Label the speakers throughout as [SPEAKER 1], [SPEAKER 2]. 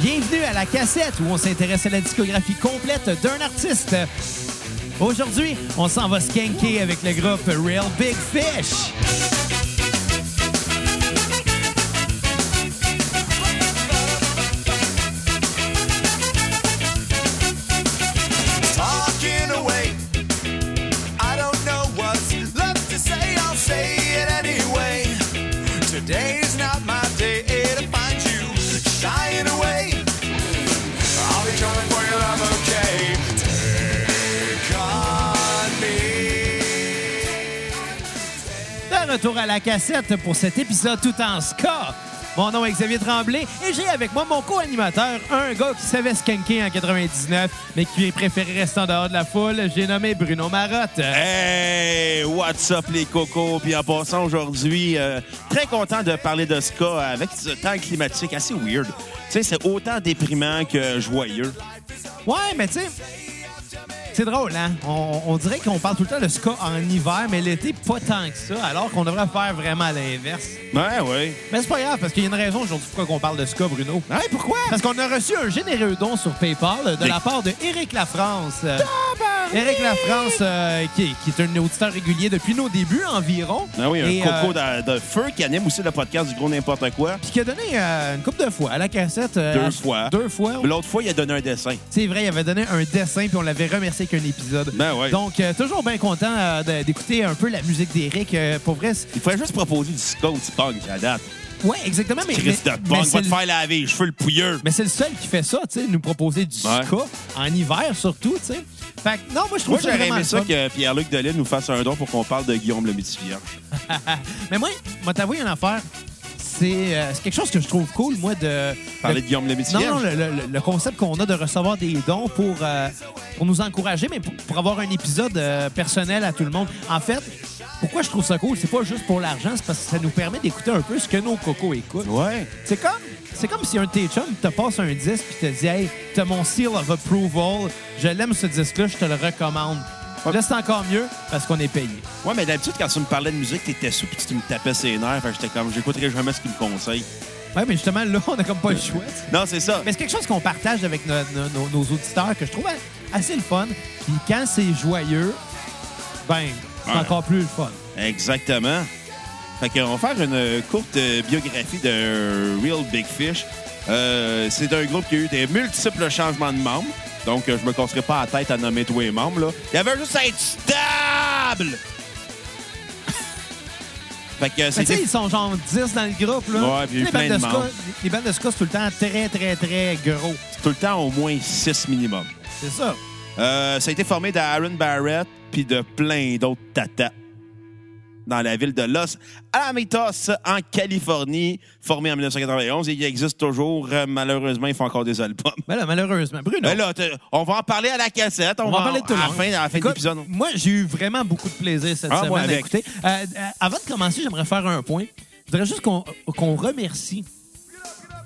[SPEAKER 1] bienvenue à la cassette où on s'intéresse à la discographie complète d'un artiste. Aujourd'hui, on s'en va skanker avec le groupe Real Big Fish.
[SPEAKER 2] talking away. I don't know what's left to say, I'll say it anyway. Today's not my day to find you shying away. I'll be coming for you, I'm okay. Take on me.
[SPEAKER 1] De retour à la cassette pour cet épisode tout en ska. Mon nom est Xavier Tremblay et j'ai avec moi mon co-animateur, un gars qui savait skanker en 99, mais qui préféré rester en dehors de la foule. J'ai nommé Bruno Marotte.
[SPEAKER 3] Hey, what's up les cocos? Puis en passant aujourd'hui, euh, très content de parler de ska avec ce temps climatique assez weird. Tu sais, c'est autant déprimant que joyeux.
[SPEAKER 1] Ouais, mais tu sais, c'est drôle, hein? On, on dirait qu'on parle tout le temps de ska en hiver, mais l'été, pas tant que ça, alors qu'on devrait faire vraiment l'inverse.
[SPEAKER 3] Ouais, ouais.
[SPEAKER 1] Mais c'est pas grave, parce qu'il y a une raison aujourd'hui pourquoi qu'on parle de ska, Bruno.
[SPEAKER 3] Hey, pourquoi?
[SPEAKER 1] Parce qu'on a reçu un généreux don sur PayPal de
[SPEAKER 3] Des-
[SPEAKER 1] la part de Éric Lafrance. Euh, Éric Lafrance, euh, qui, est, qui est un auditeur régulier depuis nos débuts environ.
[SPEAKER 3] Ah oui, un
[SPEAKER 1] Et, euh,
[SPEAKER 3] coco de, de feu qui anime aussi le podcast du gros n'importe quoi.
[SPEAKER 1] Puis qui a donné euh, une couple de fois à la cassette. euh,
[SPEAKER 3] Deux
[SPEAKER 1] à-
[SPEAKER 3] fois.
[SPEAKER 1] Deux fois.
[SPEAKER 3] L'autre fois, il a donné un dessin.
[SPEAKER 1] C'est vrai, il avait donné un dessin puis on l'avait remercié qu'un épisode.
[SPEAKER 3] Ben ouais.
[SPEAKER 1] Donc, euh, toujours bien content euh, de- d'écouter un peu la musique d'Eric. euh, pour vrai, c'est-
[SPEAKER 3] Il fallait juste proposer du ska ou du punk à date.
[SPEAKER 1] ouais, exactement. Mais,
[SPEAKER 3] Christ
[SPEAKER 1] mais-
[SPEAKER 3] de
[SPEAKER 1] mais
[SPEAKER 3] punk,
[SPEAKER 1] c'est
[SPEAKER 3] va te
[SPEAKER 1] le-
[SPEAKER 3] faire laver, je fais le pouilleux.
[SPEAKER 1] mais c'est le seul qui fait ça, tu sais, nous proposer du
[SPEAKER 3] Ouais.
[SPEAKER 1] ska en hiver surtout, tu sais. Fait que, non, moi, je trouve
[SPEAKER 3] Moi,
[SPEAKER 1] ça
[SPEAKER 3] j'aurais
[SPEAKER 1] vraiment
[SPEAKER 3] aimé
[SPEAKER 1] le
[SPEAKER 3] ça
[SPEAKER 1] fun.
[SPEAKER 3] que Pierre-Luc Delisle nous fasse un don pour qu'on parle de Guillaume le Métivier.
[SPEAKER 1] Mais moi, moi t'avouer une affaire. C'est euh, c'est quelque chose que je trouve cool, moi, de...
[SPEAKER 3] Parler
[SPEAKER 1] de-
[SPEAKER 3] de Guillaume le
[SPEAKER 1] Non,
[SPEAKER 3] Métivier.
[SPEAKER 1] non, le, le- le concept qu'on a de recevoir des dons pour, euh, pour nous encourager, mais pour, pour avoir un épisode euh, personnel à tout le monde. En fait, pourquoi je trouve ça cool, c'est pas juste pour l'argent, c'est parce que ça nous permet d'écouter un peu ce que nos cocos écoutent.
[SPEAKER 3] Ouais.
[SPEAKER 1] C'est comme, c'est comme si un de tes chums te passe un disque puis te dit Hey, t'as mon seal of approval, je l'aime ce disque-là, je te le recommande. Là, c'est encore mieux parce qu'on est payé.
[SPEAKER 3] Ouais, mais d'habitude, quand tu me parlais de musique, t'étais sous puis tu me tapais ses nerfs. Fait que j'étais comme, j'écouterai jamais ce qu'il me conseille.
[SPEAKER 1] Ouais, mais justement, là, on a comme pas le choix. tu sais.
[SPEAKER 3] Non, c'est ça.
[SPEAKER 1] Mais c'est quelque chose qu'on partage avec no- no- no- nos auditeurs que je trouve a- assez le fun. Puis quand c'est joyeux, ben, c'est
[SPEAKER 3] Ouais.
[SPEAKER 1] encore plus le fun.
[SPEAKER 3] Exactement. Fait qu'on va faire une euh, courte euh, biographie de Real Big Fish. Euh, c'est un groupe qui a eu des multiples changements de membres. Donc, euh, je me casserai pas la tête à nommer tous les membres. Là. Il y avait juste à être stable! fait
[SPEAKER 1] Mais
[SPEAKER 3] que euh,
[SPEAKER 1] tu sais,
[SPEAKER 3] c'était...
[SPEAKER 1] ils sont genre 10 dans le groupe, là.
[SPEAKER 3] Ouais, puis il y a eu
[SPEAKER 1] les,
[SPEAKER 3] plein
[SPEAKER 1] bandes
[SPEAKER 3] de
[SPEAKER 1] de ska,
[SPEAKER 3] membres.
[SPEAKER 1] les bandes de ska, c'est tout le temps très, très, très gros.
[SPEAKER 3] tout le temps au moins 6 minimum.
[SPEAKER 1] C'est ça.
[SPEAKER 3] Euh, ça a été formé d'Aaron Barrett puis de plein d'autres tatas dans la ville de Los Alamitos, en Californie, formé en 1991. Et il existe toujours. Euh, Malheureusement, ils font encore des albums.
[SPEAKER 1] Mais là, malheureusement, Bruno.
[SPEAKER 3] Mais là, t'es- on va en parler à la cassette. On,
[SPEAKER 1] On va en parler de tout le
[SPEAKER 3] à la
[SPEAKER 1] monde.
[SPEAKER 3] fin, à la fin de
[SPEAKER 1] Écoute,
[SPEAKER 3] l'épisode.
[SPEAKER 1] Moi, j'ai eu vraiment beaucoup de plaisir cette
[SPEAKER 3] Ah,
[SPEAKER 1] semaine
[SPEAKER 3] moi,
[SPEAKER 1] à
[SPEAKER 3] avec.
[SPEAKER 1] écouter. Euh, euh, avant de commencer, j'aimerais faire un point. Je voudrais juste qu'on qu'on remercie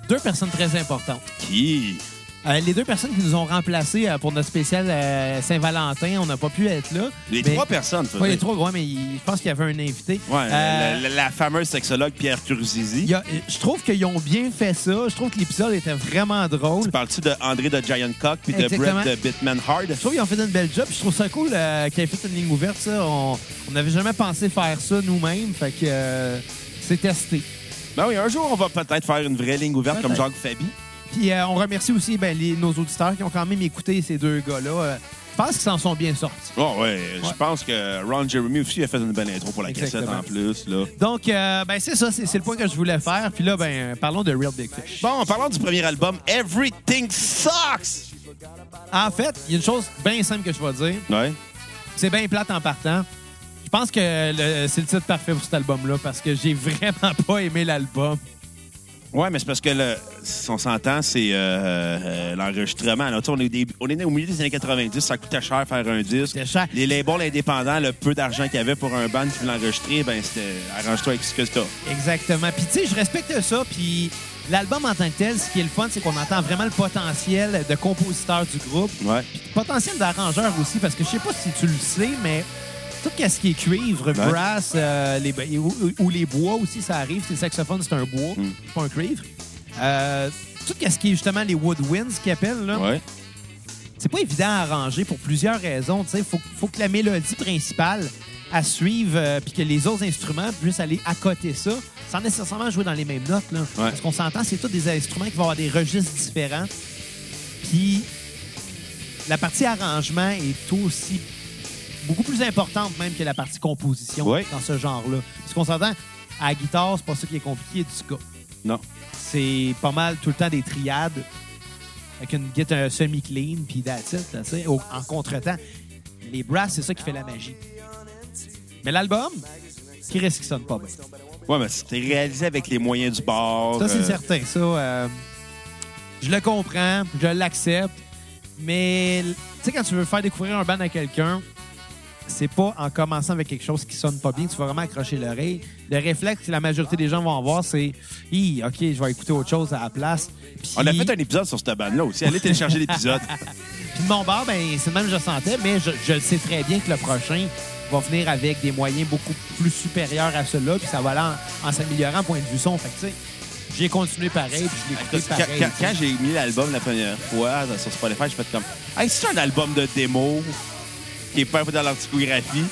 [SPEAKER 1] deux personnes très importantes.
[SPEAKER 3] Qui?
[SPEAKER 1] Euh, les deux personnes qui nous ont remplacés euh, pour notre spécial euh, Saint-Valentin, on n'a pas pu être là.
[SPEAKER 3] Les
[SPEAKER 1] Mais-
[SPEAKER 3] trois personnes. tu veux
[SPEAKER 1] Pas les
[SPEAKER 3] dire.
[SPEAKER 1] trois, ouais, mais il- je pense qu'il y avait un invité.
[SPEAKER 3] Ouais,
[SPEAKER 1] Euh,
[SPEAKER 3] la, la fameuse sexologue Pierre Curzizi.
[SPEAKER 1] il y a- je trouve qu'ils ont bien fait ça. Je trouve que l'épisode était vraiment drôle.
[SPEAKER 3] Tu parles-tu de André de Giant Cock puis de
[SPEAKER 1] Exactement.
[SPEAKER 3] Brett de Bitman Hard?
[SPEAKER 1] Je trouve qu'ils ont fait une belle job. Je trouve ça cool euh, qu'ils aient fait une ligne ouverte. Ça. On on n'avait jamais pensé faire ça nous-mêmes. Fait que euh, c'est testé.
[SPEAKER 3] Ben oui, un jour, on va peut-être faire une vraie ligne ouverte comme
[SPEAKER 1] Peut-être.
[SPEAKER 3] Jacques Fabi.
[SPEAKER 1] Puis euh, on remercie aussi ben, les- nos auditeurs qui ont quand même écouté ces deux gars-là. Euh, je pense qu'ils s'en sont bien sortis.
[SPEAKER 3] Oh, ouais, je pense que Ron Jeremy aussi a fait une bonne intro pour la
[SPEAKER 1] Exactement.
[SPEAKER 3] cassette en plus. Là.
[SPEAKER 1] Donc, euh, ben, c'est ça. C'est c'est le point que je voulais faire. Puis là, ben, parlons de Real Big Fish.
[SPEAKER 3] Bon, parlons du premier album, Everything Sucks!
[SPEAKER 1] En fait, il y a une chose bien simple que je vais dire.
[SPEAKER 3] Ouais.
[SPEAKER 1] C'est bien plate en partant. Je pense que le- c'est le titre parfait pour cet album-là parce que j'ai vraiment pas aimé l'album.
[SPEAKER 3] Ouais, mais c'est parce que le, si on s'entend, c'est euh, euh, l'enregistrement. là. Tu sais, On, est des- on est né au milieu des années 90, ça coûtait cher faire un disque.
[SPEAKER 1] C'était cher.
[SPEAKER 3] Les labels indépendants, le peu d'argent qu'il y avait pour un band qui voulait l'enregistrer, ben c'était arrange-toi avec ce que t'as.
[SPEAKER 1] Exactement. Puis tu sais, je respecte ça. Puis l'album en tant que tel, ce qui est le fun, c'est qu'on entend vraiment le potentiel de compositeur du groupe.
[SPEAKER 3] Ouais.
[SPEAKER 1] Potentiel d'arrangeur aussi, parce que je sais pas si tu le sais, mais tout ce qui est cuivre, brass, euh, les, ou, ou- ou les bois aussi, ça arrive. Si le saxophone, c'est un bois, c'est pas un cuivre. Euh, tout ce qui est justement les woodwinds qu'ils appellent, là,
[SPEAKER 3] Ouais.
[SPEAKER 1] c'est pas évident à arranger pour plusieurs raisons. Il faut, faut que la mélodie principale à suivre, euh, puis que les autres instruments puissent aller à côté ça, sans nécessairement jouer dans les mêmes notes. Là. Parce qu'on s'entend, c'est tous des instruments qui vont avoir des registres différents. Puis la partie arrangement est aussi beaucoup plus importante même que la partie composition
[SPEAKER 3] Ouais.
[SPEAKER 1] dans ce genre-là. Parce qu'on s'entend, à la guitare, c'est pas ça qui est compliqué du cas
[SPEAKER 3] Non.
[SPEAKER 1] c'est pas mal tout le temps des triades avec une guitare semi-clean, puis that's it, that's it, au- en contretemps. Les brass, c'est ça qui fait la magie. Mais l'album, qui reste qui sonne pas bien.
[SPEAKER 3] Ouais, mais c'était réalisé avec les moyens du bord.
[SPEAKER 1] Ça, c'est
[SPEAKER 3] euh,
[SPEAKER 1] certain. Ça, euh, je le comprends, je l'accepte, mais tu sais, quand tu veux faire découvrir un band à quelqu'un, c'est pas en commençant avec quelque chose qui sonne pas bien, que tu vas vraiment accrocher l'oreille. Le réflexe que la majorité des gens vont avoir, c'est Hi, OK, je vais écouter autre chose à la place. Puis-
[SPEAKER 3] On a fait un épisode sur cette bande-là aussi. Allez télécharger l'épisode.
[SPEAKER 1] Puis de mon bord, ben, c'est le même que je le sentais, mais je, je le sais très bien que le prochain va venir avec des moyens beaucoup plus supérieurs à ceux-là, puis ça va aller en, en s'améliorant en point de vue son. Fait que, tu sais, j'ai continué pareil, puis je l'ai écouté
[SPEAKER 3] Ben, Quand,
[SPEAKER 1] pareil.
[SPEAKER 3] quand- quand j'ai mis l'album la première fois sur Spotify, j'ai fait comme Hey, c'est un album de démo qui est pas dans leur discographie.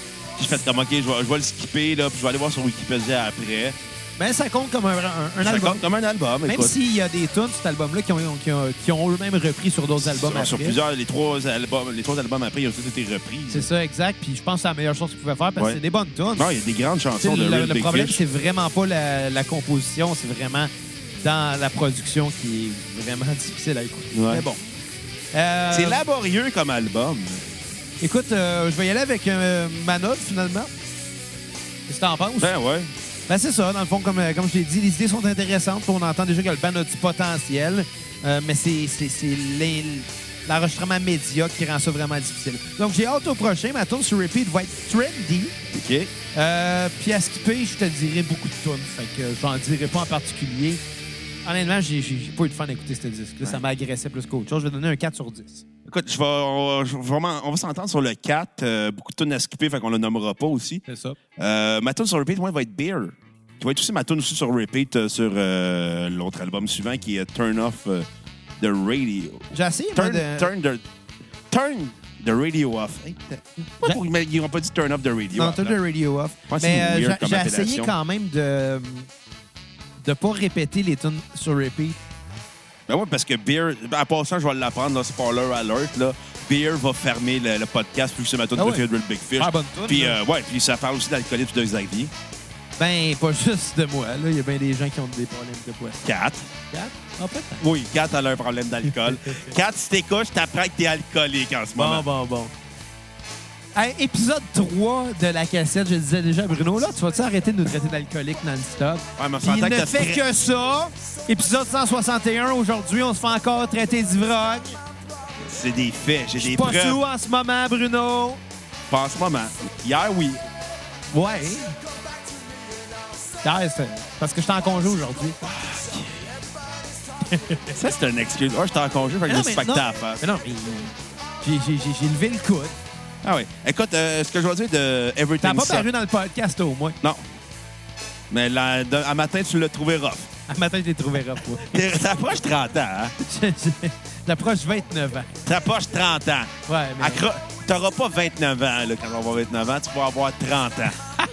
[SPEAKER 3] J'ai fait comme OK, je vais, je vais le skipper là, puis je vais aller voir sur Wikipédia après.
[SPEAKER 1] Ben, ça compte comme un, un- un
[SPEAKER 3] ça
[SPEAKER 1] album.
[SPEAKER 3] compte comme un album,
[SPEAKER 1] Même
[SPEAKER 3] écoute.
[SPEAKER 1] s'il y a des tunes sur cet album-là qui ont, qui ont- qui ont eux-mêmes repris sur d'autres albums
[SPEAKER 3] sur, sur
[SPEAKER 1] après.
[SPEAKER 3] plusieurs, les trois albums, les trois albums après, ils ont tous été repris.
[SPEAKER 1] C'est ça, exact. Puis je pense que c'est la meilleure chose qu'ils pouvaient faire parce que
[SPEAKER 3] Ouais. Ben,
[SPEAKER 1] c'est des bonnes tunes.
[SPEAKER 3] Non, il y a des grandes
[SPEAKER 1] Tu sais,
[SPEAKER 3] chansons de
[SPEAKER 1] le,
[SPEAKER 3] Real
[SPEAKER 1] le
[SPEAKER 3] Big
[SPEAKER 1] problème,
[SPEAKER 3] Fish.
[SPEAKER 1] c'est vraiment pas la, la composition, c'est vraiment dans la production qui est vraiment difficile à écouter.
[SPEAKER 3] Ouais.
[SPEAKER 1] Mais bon. Euh,
[SPEAKER 3] C'est laborieux comme album.
[SPEAKER 1] Écoute, euh, je vais y aller avec euh, ma note finalement. Qu'est-ce que t'en penses?
[SPEAKER 3] Ben ouais.
[SPEAKER 1] Ben, c'est ça, dans le fond, comme, euh, comme je l'ai dit, les idées sont intéressantes. On entend déjà que le band a du potentiel, euh, mais c'est c'est- c'est l'in- l'enregistrement médiocre qui rend ça vraiment difficile. Donc, j'ai hâte au prochain. Ma tourne sur Repeat va être trendy.
[SPEAKER 3] OK.
[SPEAKER 1] Euh, puis à skipper, je te dirais beaucoup de tunes. Fait que euh, j'en dirais pas en particulier. Honnêtement, j'ai j'ai- j'ai pas eu de fun d'écouter ce disque-là. Ça m'agressait plus qu'autre chose. Je vais donner un 4 sur 10.
[SPEAKER 3] Écoute, je vais, on, va, je- vraiment, on va s'entendre sur le 4. euh, beaucoup de tunes à skipper, fait qu'on le nommera pas aussi.
[SPEAKER 1] C'est ça.
[SPEAKER 3] Euh, ma tune sur repeat, moi, va être Beer. Qui va être aussi ma tune aussi sur repeat euh, sur euh, l'autre album suivant qui est Turn Off euh, the Radio.
[SPEAKER 1] J'ai essayé, moi,
[SPEAKER 3] Turn,
[SPEAKER 1] de...
[SPEAKER 3] turn, the, turn the Radio Off. Hey, t'as- pourquoi pour- mais ils n'ont pas dit Turn Off the Radio.
[SPEAKER 1] Non,
[SPEAKER 3] off,
[SPEAKER 1] t'as
[SPEAKER 3] là?
[SPEAKER 1] le radio off.
[SPEAKER 3] Ouais, c'est
[SPEAKER 1] Mais euh,
[SPEAKER 3] weird
[SPEAKER 1] j'ai-
[SPEAKER 3] comme
[SPEAKER 1] j'ai
[SPEAKER 3] appellation.
[SPEAKER 1] essayé quand même de de pas répéter les tunes sur repeat.
[SPEAKER 3] Ben ouais, parce que Beer, ben, en passant, je vais l'apprendre, là, spoiler alert, là. Beer va fermer le, le podcast, vu que c'est ma tune
[SPEAKER 1] Ah ouais.
[SPEAKER 3] préférée de Real Big Fish.
[SPEAKER 1] Ah, bonne tune,
[SPEAKER 3] puis,
[SPEAKER 1] là.
[SPEAKER 3] euh, ouais, puis ça parle aussi d'alcoolisme et de Xavier.
[SPEAKER 1] Ben, pas juste de moi. Là, il y a bien des gens qui ont des problèmes de poisson.
[SPEAKER 3] 4.
[SPEAKER 1] Quatre? En fait,
[SPEAKER 3] Oui, 4 elle a un problème d'alcool. 4, si t'écoutes, je t'apprends que t'es alcoolique en ce
[SPEAKER 1] bon,
[SPEAKER 3] moment.
[SPEAKER 1] bon, bon. Hey, épisode 3 de la cassette, je le disais déjà à Bruno, là, tu vas-tu arrêter de nous traiter d'alcoolique non-stop?
[SPEAKER 3] Ouais, mais on
[SPEAKER 1] Puis
[SPEAKER 3] s'entend
[SPEAKER 1] il
[SPEAKER 3] que
[SPEAKER 1] ne
[SPEAKER 3] t'as
[SPEAKER 1] fait
[SPEAKER 3] pris-
[SPEAKER 1] que ça. Épisode 161, aujourd'hui, on se fait encore traiter d'ivroc.
[SPEAKER 3] C'est des faits, j'ai des
[SPEAKER 1] Pas
[SPEAKER 3] preuves.
[SPEAKER 1] sous en ce moment, Bruno.
[SPEAKER 3] Pas en ce moment. Hier, oui.
[SPEAKER 1] Ouais. Ah, c'est- parce que je suis en congé aujourd'hui.
[SPEAKER 3] Ça, c'est une excuse. Ah, j'étais en congé, fait que je me suis
[SPEAKER 1] non,
[SPEAKER 3] pacté à la face.
[SPEAKER 1] mais non, mais j'ai- j'ai- j'ai j'ai levé le coude.
[SPEAKER 3] Ah oui. Écoute, euh, ce que je vais dire de
[SPEAKER 1] T'as
[SPEAKER 3] Everything
[SPEAKER 1] pas
[SPEAKER 3] Sucks-
[SPEAKER 1] paru dans le podcast au moins.
[SPEAKER 3] Non. Mais là, de- à matin, tu l'as trouvé rough.
[SPEAKER 1] Un matin, je les trouverai pas.
[SPEAKER 3] T'es- T'approches 30 ans, hein?
[SPEAKER 1] Je- je- J'approche 29 ans.
[SPEAKER 3] T'approches 30 ans.
[SPEAKER 1] Ouais, mais.
[SPEAKER 3] Accro- T'auras pas 29 ans, là, quand on va avoir 29 ans. Tu vas avoir 30 ans.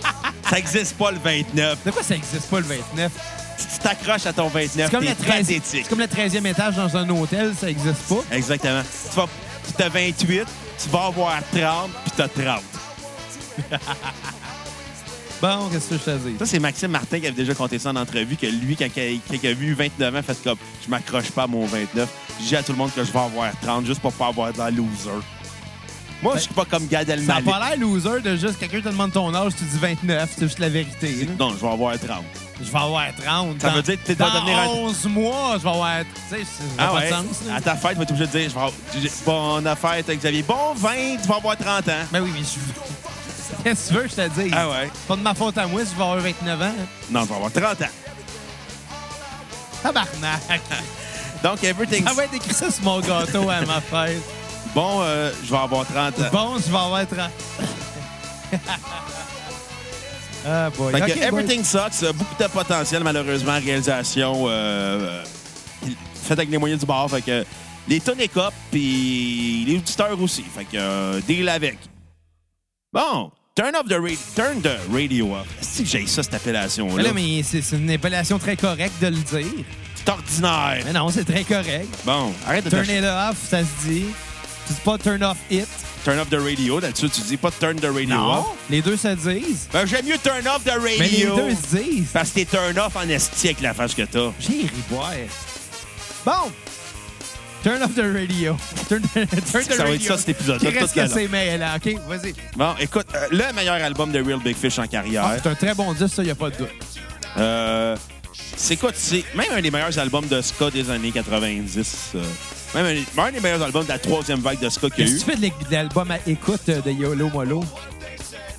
[SPEAKER 3] ça n'existe pas, le 29.
[SPEAKER 1] De quoi ça existe pas le 29?
[SPEAKER 3] Si tu t'accroches à ton 29,
[SPEAKER 1] C'est comme,
[SPEAKER 3] t'es
[SPEAKER 1] le 13...
[SPEAKER 3] pathétique.
[SPEAKER 1] c'est comme le 13e étage dans un hôtel, ça existe pas.
[SPEAKER 3] Exactement. Tu vas, tu t'as 28, tu vas avoir 30, puis t'as 30.
[SPEAKER 1] Bon, qu'est-ce que je te dis?
[SPEAKER 3] Ça, c'est Maxime Martin qui avait déjà compté ça en entrevue, que lui, quand, il- quand il a vu 29 ans, fait comme « Je m'accroche pas à mon 29 », je dis à tout le monde que je vais avoir 30 juste pour pas avoir de la loser. Moi, je suis pas comme Gad
[SPEAKER 1] Ça a
[SPEAKER 3] Elmaleh.
[SPEAKER 1] pas l'air loser de juste quelqu'un te demande ton âge, tu dis 29, c'est juste la vérité. là.
[SPEAKER 3] Non, je vais avoir 30.
[SPEAKER 1] Je vais avoir 30.
[SPEAKER 3] Ça
[SPEAKER 1] dans-
[SPEAKER 3] veut dire que t'es
[SPEAKER 1] dans
[SPEAKER 3] dois devenir un- Ah
[SPEAKER 1] 11 mois, je vais avoir. Tu sais, ça n'a pas de sens. là.
[SPEAKER 3] À ta fête, tu vas être obligé de dire je vais avoir- tu- Bonne affaire, t'as Xavier. Bon 20, tu vas avoir 30 ans.
[SPEAKER 1] Ben oui, mais je. Qu'est-ce que tu veux que je te dise?
[SPEAKER 3] Ah ouais?
[SPEAKER 1] Pas de ma faute à moi si je vais avoir 29 ans.
[SPEAKER 3] Non, je vais avoir 30 ans.
[SPEAKER 1] Tabarnak!
[SPEAKER 3] Donc, everything.
[SPEAKER 1] Ah ouais, d'écrire ça sur mon gâteau à ma fête.
[SPEAKER 3] Bon, euh, je vais avoir 30 ans.
[SPEAKER 1] Bon, je vais avoir 30. ah boy.
[SPEAKER 3] Fait que
[SPEAKER 1] Ok, boy.
[SPEAKER 3] Everything Sucks, euh, beaucoup de potentiel, malheureusement, réalisation euh, euh, faite avec les moyens du bord. Fait que les tonnes écopent, puis les auditeurs aussi. Fait que euh, deal avec. Bon, turn off the radio. Turn the radio off. Est-ce que j'ai ça, cette
[SPEAKER 1] Mais
[SPEAKER 3] appellation-là?
[SPEAKER 1] là, mais c'est c'est une appellation très correcte de le dire.
[SPEAKER 3] C'est ordinaire.
[SPEAKER 1] Mais non, c'est très correct.
[SPEAKER 3] Bon, arrête de
[SPEAKER 1] Turn
[SPEAKER 3] te-
[SPEAKER 1] it off, ça se dit. Tu dis pas turn off it.
[SPEAKER 3] turn off the radio. Là-dessus, tu dis pas turn the radio off.
[SPEAKER 1] Les deux se disent.
[SPEAKER 3] Ben, j'aime mieux turn off the radio.
[SPEAKER 1] Mais les deux se disent.
[SPEAKER 3] Parce que t'es turn off en esti avec la face que t'as.
[SPEAKER 1] J'ai ri boire. Bon! Turn off the radio. Turn, turn the
[SPEAKER 3] Ça va être
[SPEAKER 1] radio.
[SPEAKER 3] ça, cet épisode-là,
[SPEAKER 1] Qu'est-ce
[SPEAKER 3] toute la
[SPEAKER 1] que c'est mêlant? OK, vas-y.
[SPEAKER 3] Bon, écoute, euh, le meilleur album de Real Big Fish en
[SPEAKER 1] Ah,
[SPEAKER 3] carrière.
[SPEAKER 1] c'est un très bon disque, ça, y a pas de doute.
[SPEAKER 3] Euh, c'est quoi, tu sais, même un des meilleurs albums de ska des années 90. euh, même un, des- un des meilleurs albums de la troisième vague de ska qu'il y a
[SPEAKER 1] Qu'est-ce
[SPEAKER 3] eu.
[SPEAKER 1] que tu fais de l'é- de l'album à écoute euh, de Yolo Molo?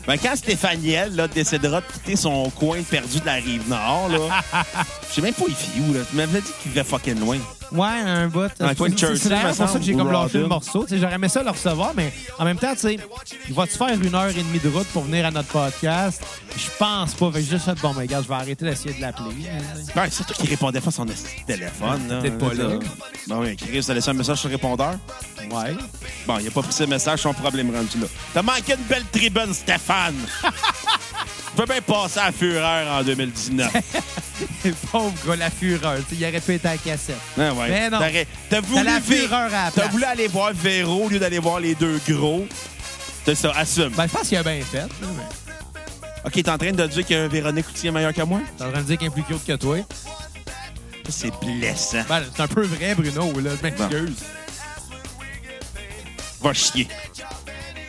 [SPEAKER 3] Ben, quand Stéphaniel là, décidera de quitter son coin perdu de la rive nord, là, je sais même pas où il fit où. Là. Tu m'avais dit qu'il vivait fucking loin.
[SPEAKER 1] Ouais, un bout.
[SPEAKER 3] Un coin de
[SPEAKER 1] C'est-
[SPEAKER 3] Churchill,
[SPEAKER 1] C'est d'ailleurs
[SPEAKER 3] me
[SPEAKER 1] pour ça
[SPEAKER 3] semble,
[SPEAKER 1] que j'ai
[SPEAKER 3] ou
[SPEAKER 1] comme lâché
[SPEAKER 3] Robin.
[SPEAKER 1] le morceau. Tu sais, J'aurais aimé ça le recevoir, mais en même temps, tu sais, il va-tu faire une heure et demie de route pour venir à notre podcast? Je pense pas. Fait que j'ai juste fait, bon, mais gars, je vais arrêter d'essayer de l'appeler. hein.
[SPEAKER 3] Ben, c'est toi qui répondais pas à son esti de téléphone. là.
[SPEAKER 1] T'es pas là.
[SPEAKER 3] Non, mais Chris, t'as laissé un message sur le répondeur.
[SPEAKER 1] Ouais.
[SPEAKER 3] Bon, il a pas pris ses messages, son problème rendu là. T'as manqué une belle tribune, Stéphane. Tu peux bien passer à la fureur en 2019.
[SPEAKER 1] Pauvre gars, la fureur. tu sais, Il aurait pu être à la cassette.
[SPEAKER 3] Ah ouais.
[SPEAKER 1] Mais non.
[SPEAKER 3] T'aurais- T'as voulu,
[SPEAKER 1] la
[SPEAKER 3] vi-
[SPEAKER 1] fureur à la
[SPEAKER 3] t'as
[SPEAKER 1] place.
[SPEAKER 3] voulu aller voir Véro au lieu d'aller voir les deux gros. C'est ça, assume.
[SPEAKER 1] Ben, je pense qu'il a bien fait. là, mais
[SPEAKER 3] OK, t'es en train de dire que Véronique Coutier est meilleure que moi?
[SPEAKER 1] T'es en train de dire qu'il est plus cute que toi.
[SPEAKER 3] C'est blessant.
[SPEAKER 1] Ben, c'est un peu vrai, Bruno, là. Je m'excuse.
[SPEAKER 3] Va chier.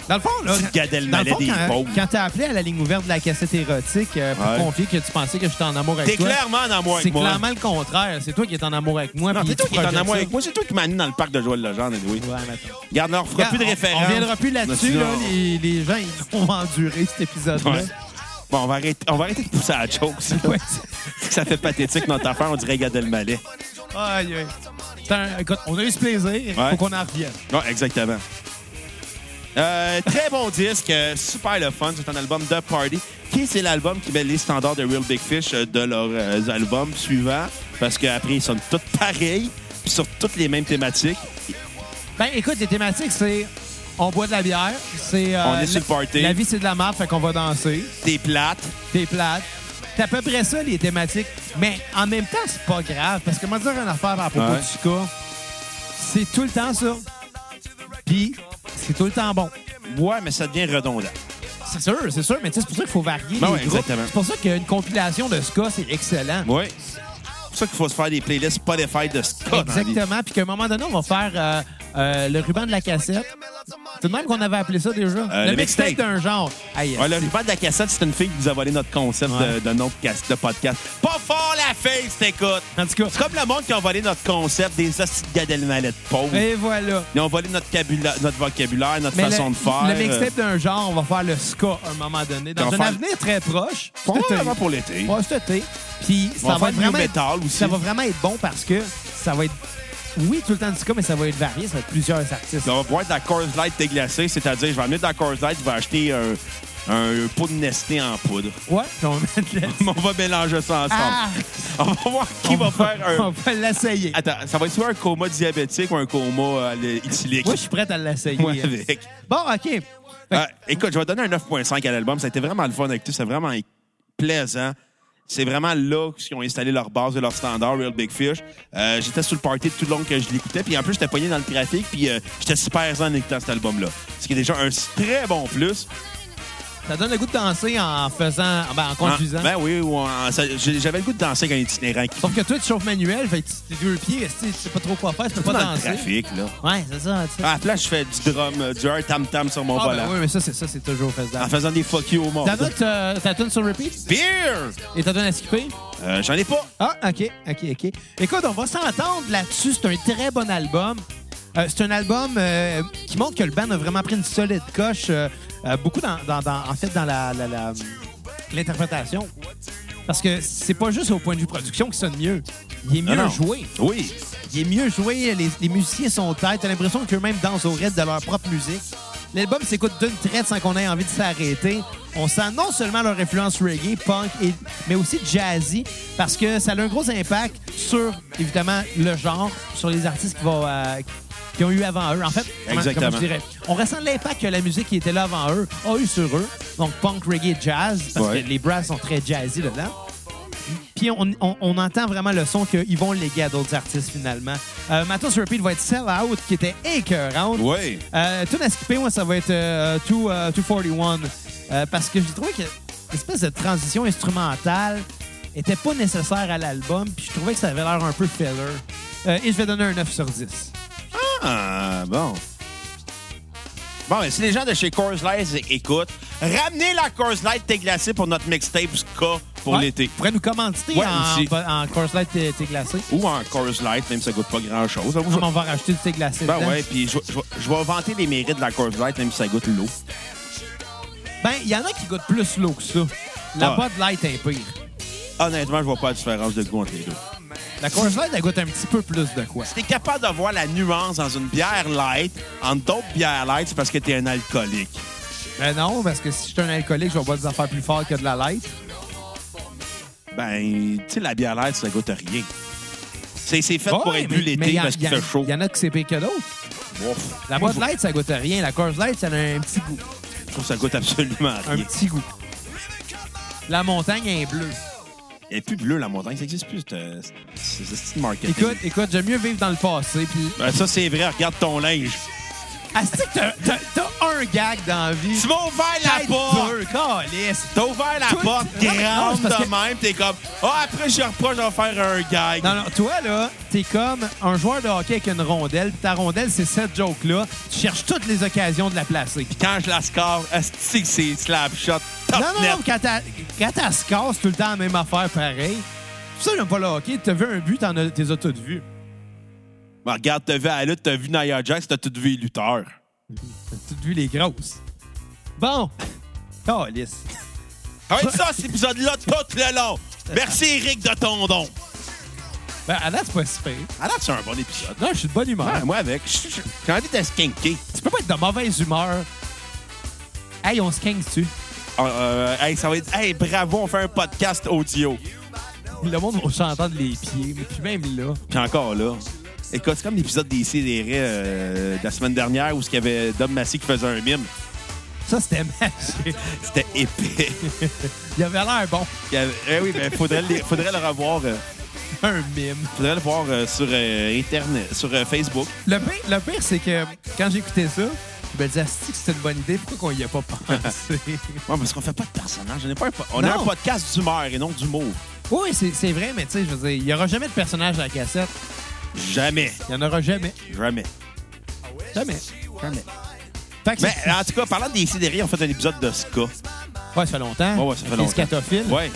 [SPEAKER 1] Dans le fond, là.
[SPEAKER 3] Petite gadelle
[SPEAKER 1] dans le
[SPEAKER 3] malais
[SPEAKER 1] fond,
[SPEAKER 3] des
[SPEAKER 1] quand,
[SPEAKER 3] pauvres.
[SPEAKER 1] quand t'as appelé à la ligne ouverte de la cassette érotique euh, pour
[SPEAKER 3] Ouais.
[SPEAKER 1] confier que tu pensais que j'étais en amour avec
[SPEAKER 3] T'es
[SPEAKER 1] toi.
[SPEAKER 3] clairement en amour
[SPEAKER 1] C'est
[SPEAKER 3] avec moi.
[SPEAKER 1] clairement le contraire. C'est toi qui es en amour avec moi.
[SPEAKER 3] Non,
[SPEAKER 1] puis
[SPEAKER 3] c'est toi
[SPEAKER 1] tu
[SPEAKER 3] qui es en
[SPEAKER 1] projettes
[SPEAKER 3] amour
[SPEAKER 1] ça.
[SPEAKER 3] avec moi. C'est toi qui m'as amené dans le parc de Joël Legendre, anyway.
[SPEAKER 1] Ouais, mettons.
[SPEAKER 3] Regarde, là, on refera plus de
[SPEAKER 1] Regarde, on-
[SPEAKER 3] référence.
[SPEAKER 1] On reviendra plus là-dessus.
[SPEAKER 3] Sinon-
[SPEAKER 1] Là, les, les gens, ils vont endurer cet épisode-là.
[SPEAKER 3] Ouais. Bon, on va, arrêter, on va arrêter de pousser à la joke. ça.
[SPEAKER 1] Ouais.
[SPEAKER 3] Ça fait pathétique, notre affaire. On dirait Gad Elmaleh.
[SPEAKER 1] Aïe, aïe. C'est un- écoute, on a eu ce plaisir.
[SPEAKER 3] Ouais.
[SPEAKER 1] Faut qu'on en revienne.
[SPEAKER 3] Non, exactement. Euh, très bon disque, euh, super le fun. C'est un album de party. Qui c'est l'album qui met les standards de Real Big Fish euh, de leurs euh, albums suivants? Parce qu'après, ils sont tous pareils, puis sur toutes les mêmes thématiques.
[SPEAKER 1] Ben, écoute, les thématiques, c'est on boit de la bière, c'est. euh,
[SPEAKER 3] On est
[SPEAKER 1] la-
[SPEAKER 3] sur le party.
[SPEAKER 1] La vie, c'est de la merde, fait qu'on va danser.
[SPEAKER 3] T'es plate.
[SPEAKER 1] T'es plate. C'est à peu près ça, les thématiques. Mais en même temps, c'est pas grave, parce que moi, dire une affaire à propos
[SPEAKER 3] Ouais.
[SPEAKER 1] du ska, c'est tout le temps ça. Puis, c'est tout le temps bon.
[SPEAKER 3] Ouais, mais ça devient redondant.
[SPEAKER 1] C'est sûr, c'est sûr, mais tu sais, c'est pour ça qu'il faut varier.
[SPEAKER 3] Ben
[SPEAKER 1] les
[SPEAKER 3] ouais,
[SPEAKER 1] groupes.
[SPEAKER 3] exactement.
[SPEAKER 1] C'est pour ça qu'une compilation de ska, c'est excellent.
[SPEAKER 3] Oui. C'est pour ça qu'il faut se faire des playlists Spotify de Scott.
[SPEAKER 1] Exactement. Puis qu'à un moment donné, on va faire euh, euh, le ruban de la cassette. C'est de même qu'on avait appelé ça déjà.
[SPEAKER 3] Euh, le mixtape.
[SPEAKER 1] d'un genre. Aïe,
[SPEAKER 3] Ouais, le ruban de la cassette, c'est une fille qui nous a volé notre concept
[SPEAKER 1] Ouais.
[SPEAKER 3] de, de nom de, cas- de podcast. Pas fort la fille, c'est écoute.
[SPEAKER 1] En tout cas,
[SPEAKER 3] C'est comme le monde qui a volé notre concept des hosties de Gad Elmaleh de pauvre.
[SPEAKER 1] et voilà.
[SPEAKER 3] Ils ont volé notre, cabula- notre vocabulaire, notre
[SPEAKER 1] Mais
[SPEAKER 3] façon
[SPEAKER 1] le,
[SPEAKER 3] de faire. Euh,
[SPEAKER 1] Le mixtape d'un genre, on va faire le ska à un moment donné. Dans
[SPEAKER 3] On
[SPEAKER 1] un
[SPEAKER 3] va faire-
[SPEAKER 1] avenir très proche.
[SPEAKER 3] Euh,
[SPEAKER 1] cet été.
[SPEAKER 3] probablement pour l'été.
[SPEAKER 1] Ouais, cet été. Puis
[SPEAKER 3] On va
[SPEAKER 1] ça va
[SPEAKER 3] faire
[SPEAKER 1] être
[SPEAKER 3] du new
[SPEAKER 1] vraiment...
[SPEAKER 3] metal aussi.
[SPEAKER 1] Ça va vraiment être bon parce que ça va être... Oui, tout le temps du ska, mais ça va être varié. Ça va être plusieurs artistes.
[SPEAKER 3] On va boire de la Coors Light déglacée, c'est-à-dire, je vais amener de la Coors Light, je vais acheter un, un pot de Nestlé en poudre.
[SPEAKER 1] Ouais, puis on va mettre le-
[SPEAKER 3] on va mélanger ça ensemble.
[SPEAKER 1] Ah!
[SPEAKER 3] On va voir qui va, faire
[SPEAKER 1] On
[SPEAKER 3] un...
[SPEAKER 1] va l'essayer.
[SPEAKER 3] Attends, ça va être soit un coma diabétique ou un coma euh, éthylique.
[SPEAKER 1] Moi, je suis prête à l'essayer.
[SPEAKER 3] Moi, avec.
[SPEAKER 1] Bon, OK.
[SPEAKER 3] Euh, écoute, je vais donner un 9.5 à l'album. Ça a été vraiment le fun avec tout. C'est vraiment plaisant. C'est vraiment là qu'ils ont installé leur base et leur standard, Real Big Fish. Euh, j'étais sur le party tout le long que je l'écoutais. Puis en plus, j'étais pogné dans le trafic. Puis euh, j'étais super zen en écoutant cet album-là. Ce qui est déjà un très bon plus.
[SPEAKER 1] Ça donne le goût de danser en faisant... ben, en conduisant.
[SPEAKER 3] En- ben oui, ou en- ça- j'ai- j'avais le goût de danser avec un itinérant qui
[SPEAKER 1] Sauf que toi, tu chauffes manuel, fait que tes deux pieds, tu sais, tu sais pas trop quoi faire, tu peux pas
[SPEAKER 3] dans
[SPEAKER 1] danser.
[SPEAKER 3] le trafic. Ah, Là.
[SPEAKER 1] Ouais, c'est ça. tu sais.
[SPEAKER 3] À la place, je fais du drum, euh, du un tam-tam sur mon
[SPEAKER 1] Ah, ben
[SPEAKER 3] volant.
[SPEAKER 1] oui, mais ça, c'est ça, c'est toujours faisable.
[SPEAKER 3] En faisant des fuck you au monde.
[SPEAKER 1] T'as note, euh, ta tune sur repeat
[SPEAKER 3] Beer!
[SPEAKER 1] et ta tune à skipper?
[SPEAKER 3] Euh, J'en ai pas.
[SPEAKER 1] Ah, OK, OK, OK. Écoute, on va s'entendre là-dessus. C'est un très bon album. Euh, c'est un album euh, qui montre que le band a vraiment pris une solide coche, euh, euh, beaucoup dans, dans- dans- en fait dans la- la- la- l'interprétation. Parce que c'est pas juste au point de vue production qui sonne mieux. Il est mieux
[SPEAKER 3] Non, non.
[SPEAKER 1] joué.
[SPEAKER 3] Oui.
[SPEAKER 1] Il est mieux joué, les, les musiciens sont têtes. T'as l'impression qu'eux-mêmes dansent au rythme de leur propre musique. L'album s'écoute d'une traite sans qu'on ait envie de s'arrêter. On sent non seulement leur influence reggae, punk, et- mais aussi jazzy, parce que ça a un gros impact sur, évidemment, le genre, sur les artistes qui, vont, euh, qui ont eu avant eux. En fait, comment- comment
[SPEAKER 3] Exactement.
[SPEAKER 1] je dirais? on ressent l'impact que la musique qui était là avant eux a eu sur eux. Donc, punk, reggae, jazz, parce
[SPEAKER 3] Ouais.
[SPEAKER 1] que les brass sont très jazzy dedans. Puis on, on- on entend vraiment le son qu'ils vont léguer à d'autres artistes finalement. Euh, Matos Repeat va être Sell Out, qui était écœurante.
[SPEAKER 3] Ouais.
[SPEAKER 1] Euh, tune à skipper, moi, ça va être euh, two, euh, 241. euh, parce que j'ai trouvé que l'espèce de transition instrumentale était pas nécessaire à l'album, puis je trouvais que ça avait l'air un peu filler. Euh, et je vais donner un 9 sur 10.
[SPEAKER 3] Ah, bon. Bon, ben, si les gens de chez Coors Light écoutent, ramenez la Coors Light thé glacé pour notre mixtape Ska pour
[SPEAKER 1] Ouais.
[SPEAKER 3] l'été.
[SPEAKER 1] Vous pourrez nous commenter
[SPEAKER 3] Ouais,
[SPEAKER 1] en,
[SPEAKER 3] aussi.
[SPEAKER 1] en, course light euh, thé thé glacé.
[SPEAKER 3] Ou en Coors Light, même si ça goûte pas grand-chose. hein,
[SPEAKER 1] Ah, mais on va rajouter du thé glacé
[SPEAKER 3] Ben
[SPEAKER 1] dedans.
[SPEAKER 3] ouais, puis je je- je vais vanter les mérites de la Coors Light, même si ça goûte l'eau.
[SPEAKER 1] Ben, il y en a qui goûtent plus l'eau que ça. La
[SPEAKER 3] Ouais.
[SPEAKER 1] Bud Light est pire.
[SPEAKER 3] Honnêtement, je vois pas la différence de goût entre les deux.
[SPEAKER 1] La Coors Light, elle goûte un petit peu plus de quoi.
[SPEAKER 3] Si t'es capable de voir la nuance dans une bière light, entre d'autres bières light, c'est parce que t'es un alcoolique.
[SPEAKER 1] Ben non, parce que si je suis un alcoolique, je vais boire des affaires plus fortes que de la light.
[SPEAKER 3] Ben, tu sais, la bière light, ça goûte à rien. C'est c'est fait
[SPEAKER 1] Ouais,
[SPEAKER 3] pour être
[SPEAKER 1] mais-
[SPEAKER 3] bu
[SPEAKER 1] mais
[SPEAKER 3] l'été
[SPEAKER 1] y a-
[SPEAKER 3] parce qu'il
[SPEAKER 1] y a-
[SPEAKER 3] fait chaud.
[SPEAKER 1] Il y en a qui c'est pire que d'autres.
[SPEAKER 3] Ouf.
[SPEAKER 1] La
[SPEAKER 3] Moi,
[SPEAKER 1] Bud Light, ça goûte à rien. La Coors Light, ça a un petit goût.
[SPEAKER 3] Je trouve que ça goûte absolument à
[SPEAKER 1] Un
[SPEAKER 3] rien.
[SPEAKER 1] petit goût. La montagne elle est bleue.
[SPEAKER 3] Il n'y a plus bleu, la montagne. Ça n'existe plus, ce- ce ce style marketing.
[SPEAKER 1] Écoute, écoute, j'aime mieux vivre dans le passé. Puis,
[SPEAKER 3] Ben, ça, c'est vrai. Regarde ton linge.
[SPEAKER 1] Asti, t'as- t'as t'as un gag dans la vie.
[SPEAKER 3] Tu m'as ouvert la
[SPEAKER 1] Peut-être
[SPEAKER 3] porte.
[SPEAKER 1] deux, câlisse.
[SPEAKER 3] T'as ouvert la
[SPEAKER 1] Toi,
[SPEAKER 3] porte
[SPEAKER 1] tu- non, mais non,
[SPEAKER 3] grande
[SPEAKER 1] c'est parce
[SPEAKER 3] de
[SPEAKER 1] que-
[SPEAKER 3] même. T'es comme, ah, après, je reproche d'en faire un gag.
[SPEAKER 1] Non, non, toi, là, t'es comme un joueur de hockey avec une rondelle. puis Ta rondelle, c'est cette joke-là. Tu cherches toutes les occasions de la placer.
[SPEAKER 3] Puis quand je la score, est-ce que c'est slap shot? Top
[SPEAKER 1] Non, non,
[SPEAKER 3] net.
[SPEAKER 1] non, quand t'as- quand t'as se casse, c'est tout le temps la même affaire, pareil. C'est pour ça que j'aime pas le hockey. T'as vu un but, t'en as, t'es as toutes vues.
[SPEAKER 3] Ben, regarde, t'as vu à la lutte, t'as vu Nia Jax, t'as tout vu les lutteurs.
[SPEAKER 1] T'as toutes vu les grosses. Bon. Calice.
[SPEAKER 3] Ça va être Ah ça, cet épisode-là, tout le long. Merci, Eric de Tondon.
[SPEAKER 1] Ben, à date, c'est pas si pire.
[SPEAKER 3] Ah là, c'est un bon épisode.
[SPEAKER 1] Non, je suis de bonne humeur.
[SPEAKER 3] Ouais, moi, avec. Je- je- J'ai envie de skinker.
[SPEAKER 1] Tu peux pas être de mauvaise humeur. Hey, on se king dessus.
[SPEAKER 3] Euh, euh, hey, ça va être. Hey, bravo, on fait un podcast audio.
[SPEAKER 1] Le monde va s'entendre les pieds, mais puis même là.
[SPEAKER 3] Puis encore là. Écoute, c'est comme l'épisode des CDR euh, de la semaine dernière où il y avait Dom Massy qui faisait un mime.
[SPEAKER 1] Ça, c'était magique.
[SPEAKER 3] C'était épais.
[SPEAKER 1] Il avait l'air bon.
[SPEAKER 3] Il y avait- eh oui, ben, faudrait, le- faudrait le revoir. euh,
[SPEAKER 1] Un mime.
[SPEAKER 3] faudrait le voir euh, sur euh, Internet, sur euh, Facebook.
[SPEAKER 1] Le pire, le pire, c'est que quand j'écoutais ça, je me disais, Asti, que c'était une bonne idée. Pourquoi qu'on y a pas pensé?
[SPEAKER 3] Ouais, parce qu'on fait pas de personnage. On, est pas un po- on
[SPEAKER 1] Non.
[SPEAKER 3] a un podcast d'humeur et non d'humour.
[SPEAKER 1] oui, c'est c'est vrai, mais tu sais, je veux dire, il n'y aura jamais de personnage à la cassette.
[SPEAKER 3] Jamais.
[SPEAKER 1] Il n'y en aura jamais.
[SPEAKER 3] Jamais.
[SPEAKER 1] Jamais. Jamais. Fait que
[SPEAKER 3] Mais
[SPEAKER 1] c'est-
[SPEAKER 3] Ben, en tout cas, parlant des CDR, on fait un épisode de Ska.
[SPEAKER 1] Ouais, ça fait longtemps.
[SPEAKER 3] Ouais, ouais, ça fait
[SPEAKER 1] Les
[SPEAKER 3] longtemps.
[SPEAKER 1] scatophiles.
[SPEAKER 3] Ouais.